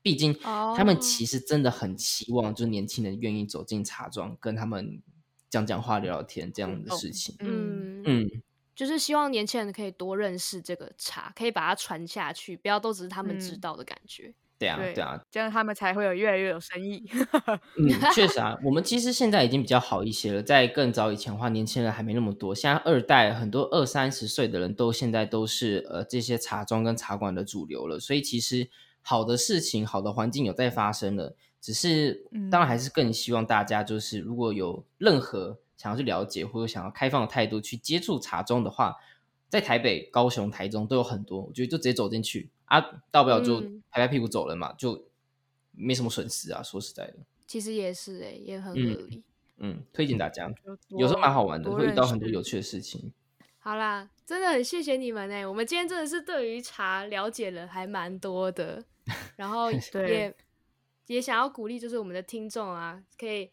毕竟他哦们其实真的很期望，就是年轻人愿意走进茶庄，跟他们讲讲话、聊聊天这样的事情。嗯，嗯嗯，就是希望年轻人可以多认识这个茶，可以把它传下去，不要都只是他们知嗯道的感觉。对啊，对对啊，这样他们才会有越来越有生意。 [laughs] 嗯，确实啊，我们其实现在已经比较好一些了。在更早以前的话，年轻人还没那么多。现在二代很多二三十岁的人都现在都是呃这些茶庄跟茶馆的主流了，所以其实好的事情、好的环境有在发生了。只是当然还是更希望大家就是如果有任何想要去了解或者想要开放的态度去接触茶庄的话，在台北、高雄、台中都有很多，我觉得就直接走进去啊，大不了就嗯拍拍屁股走人嘛，就没什么损失啊。说实在的。其实也是、欸，也很嗯合理。嗯，推荐大家，就有时候多蛮好玩的，多会遇认到很多识有趣的事情。好啦，真的很谢谢你们哎、我们今天真的是对于茶了解了还蛮多 [laughs] 的，然后对也也想要鼓励，就是我们的听众啊，可以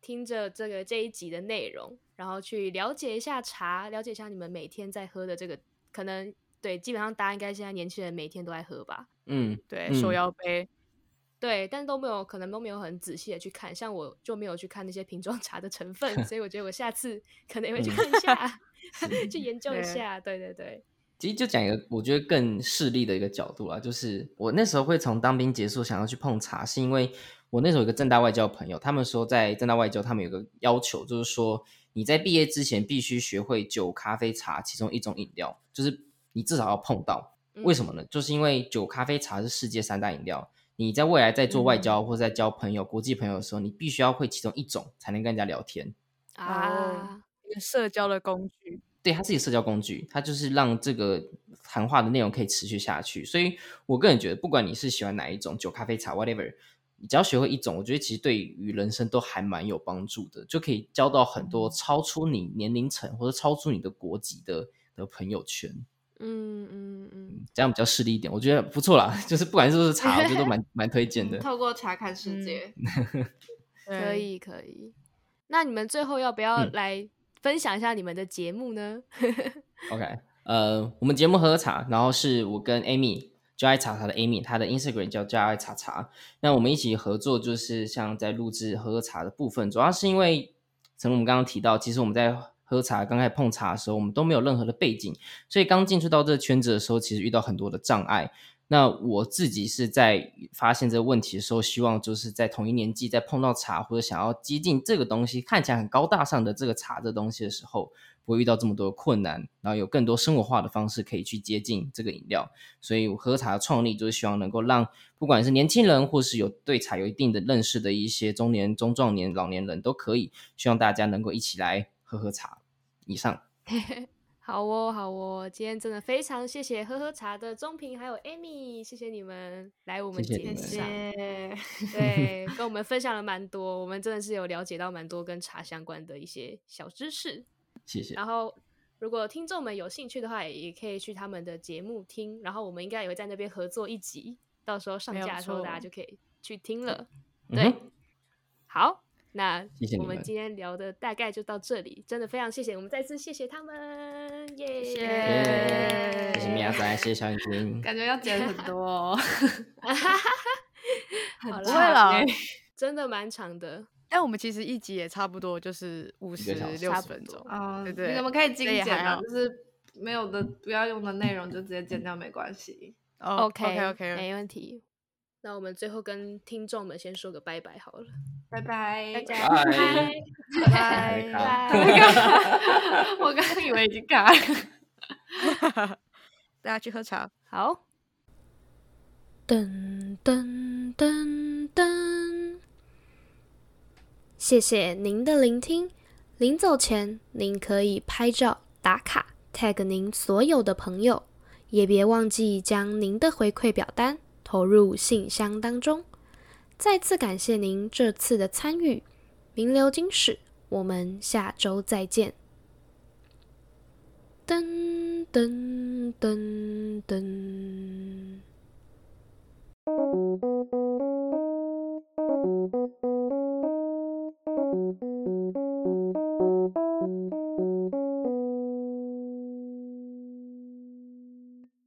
听着这个这一集的内容，然后去了解一下茶，了解一下你们每天在喝的这个，可能对，基本上大家应该现在年轻人每天都在喝吧。嗯，对嗯手摇杯，对，但都没有，可能都没有很仔细的去看，像我就没有去看那些瓶装茶的成分，所以我觉得我下次可能也会去嗯看一 [laughs] 下， [laughs] 去研究一对下。对对对，其实就讲一个我觉得更势利的一个角度啦，就是我那时候会从当兵结束想要去碰茶，是因为我那时候有个正大外交朋友，他们说在正大外交他们有个要求，就是说你在毕业之前必须学会酒、咖啡、茶其中一种饮料，就是你至少要碰到。嗯为什么呢？就是因为酒、咖啡、茶是世界三大饮料。你在未来在做外交或者在交朋友、国际朋友的时候，你必须要会其中一种才能跟人家聊天。嗯啊？一个社交的工具。对，它是一个社交工具，它就是让这个谈话的内容可以持续下去。所以我个人觉得，不管你是喜欢哪一种酒、咖啡、茶，whatever，你只要学会一种，我觉得其实对于人生都还蛮有帮助的，就可以交到很多超出你年龄层或者超出你的国籍的的朋友圈，嗯嗯嗯，这样比较势利一点，我觉得不错啦。 [laughs] 就是不管是不是茶，我觉得都蛮蛮推荐的。嗯透过茶看世界，可以可以。那你们最后要不要嗯来分享一下你们的节目呢？ [laughs] OK，呃，我们节目喝喝茶，然后是我跟 Amy 就爱茶茶的 Amy，她的 Instagram 叫就爱茶茶。那我们一起合作，就是像在录制喝喝茶的部分，主要是因为，正如我们刚刚提到，其实我们在喝茶刚开始碰茶的时候，我们都没有任何的背景，所以刚进入到这个圈子的时候，其实遇到很多的障碍。那我自己是在发现这个问题的时候，希望就是在同一年纪，在碰到茶或者想要接近这个东西，看起来很高大上的这个茶这东西的时候，不会遇到这么多的困难，然后有更多生活化的方式可以去接近这个饮料。所以我喝茶的创立就是希望能够让不管是年轻人，或是有对茶有一定的认识的一些中年、中壮年、老年人都可以，希望大家能够一起来喝喝茶。以上，好哦，好哦，今天真的非常谢谢喝喝茶的钟平还有 Amy，谢谢你们来我们谢谢节你目谢们上，谢。对，跟我们分享了蛮多，我们真的是有了解到蛮多跟茶相关的一些小知识。谢谢。然后，如果听众们有兴趣的话，也也可以去他们的节目听，然后我们应该也会在那边合作一集，到时候上没有架的时候大家错就可以去听了。嗯哼，好，那谢谢我你们们今天聊的大概就到这里，真的非常谢谢，我们再次谢谢他们，耶、谢耶谢谢米娅仔，谢谢小眼睛，感觉要剪很多、 [laughs] 哦，很好不会长啦欸， [laughs] 真的蛮长的，但我们其实一集也差不多就是五一十个小时六差十不分多钟，嗯，对对你们可以精这也简还啊好，就是没有的不要用的内容就直接剪掉，没关系。哦 OK OK， OK，没问题。那我们最后跟听众们先说个拜拜好了，拜拜，大家拜拜拜拜拜。 [laughs] 我刚刚以为已经卡了。大家去喝茶。好。噔噔噔噔，谢谢您的聆听。临走前，您可以拍照打卡，tag 您所有的朋友，也别忘记将您的回馈表单投入信箱当中。再次感谢您这次的参与，名流金史，我们下周再见。噔噔噔噔。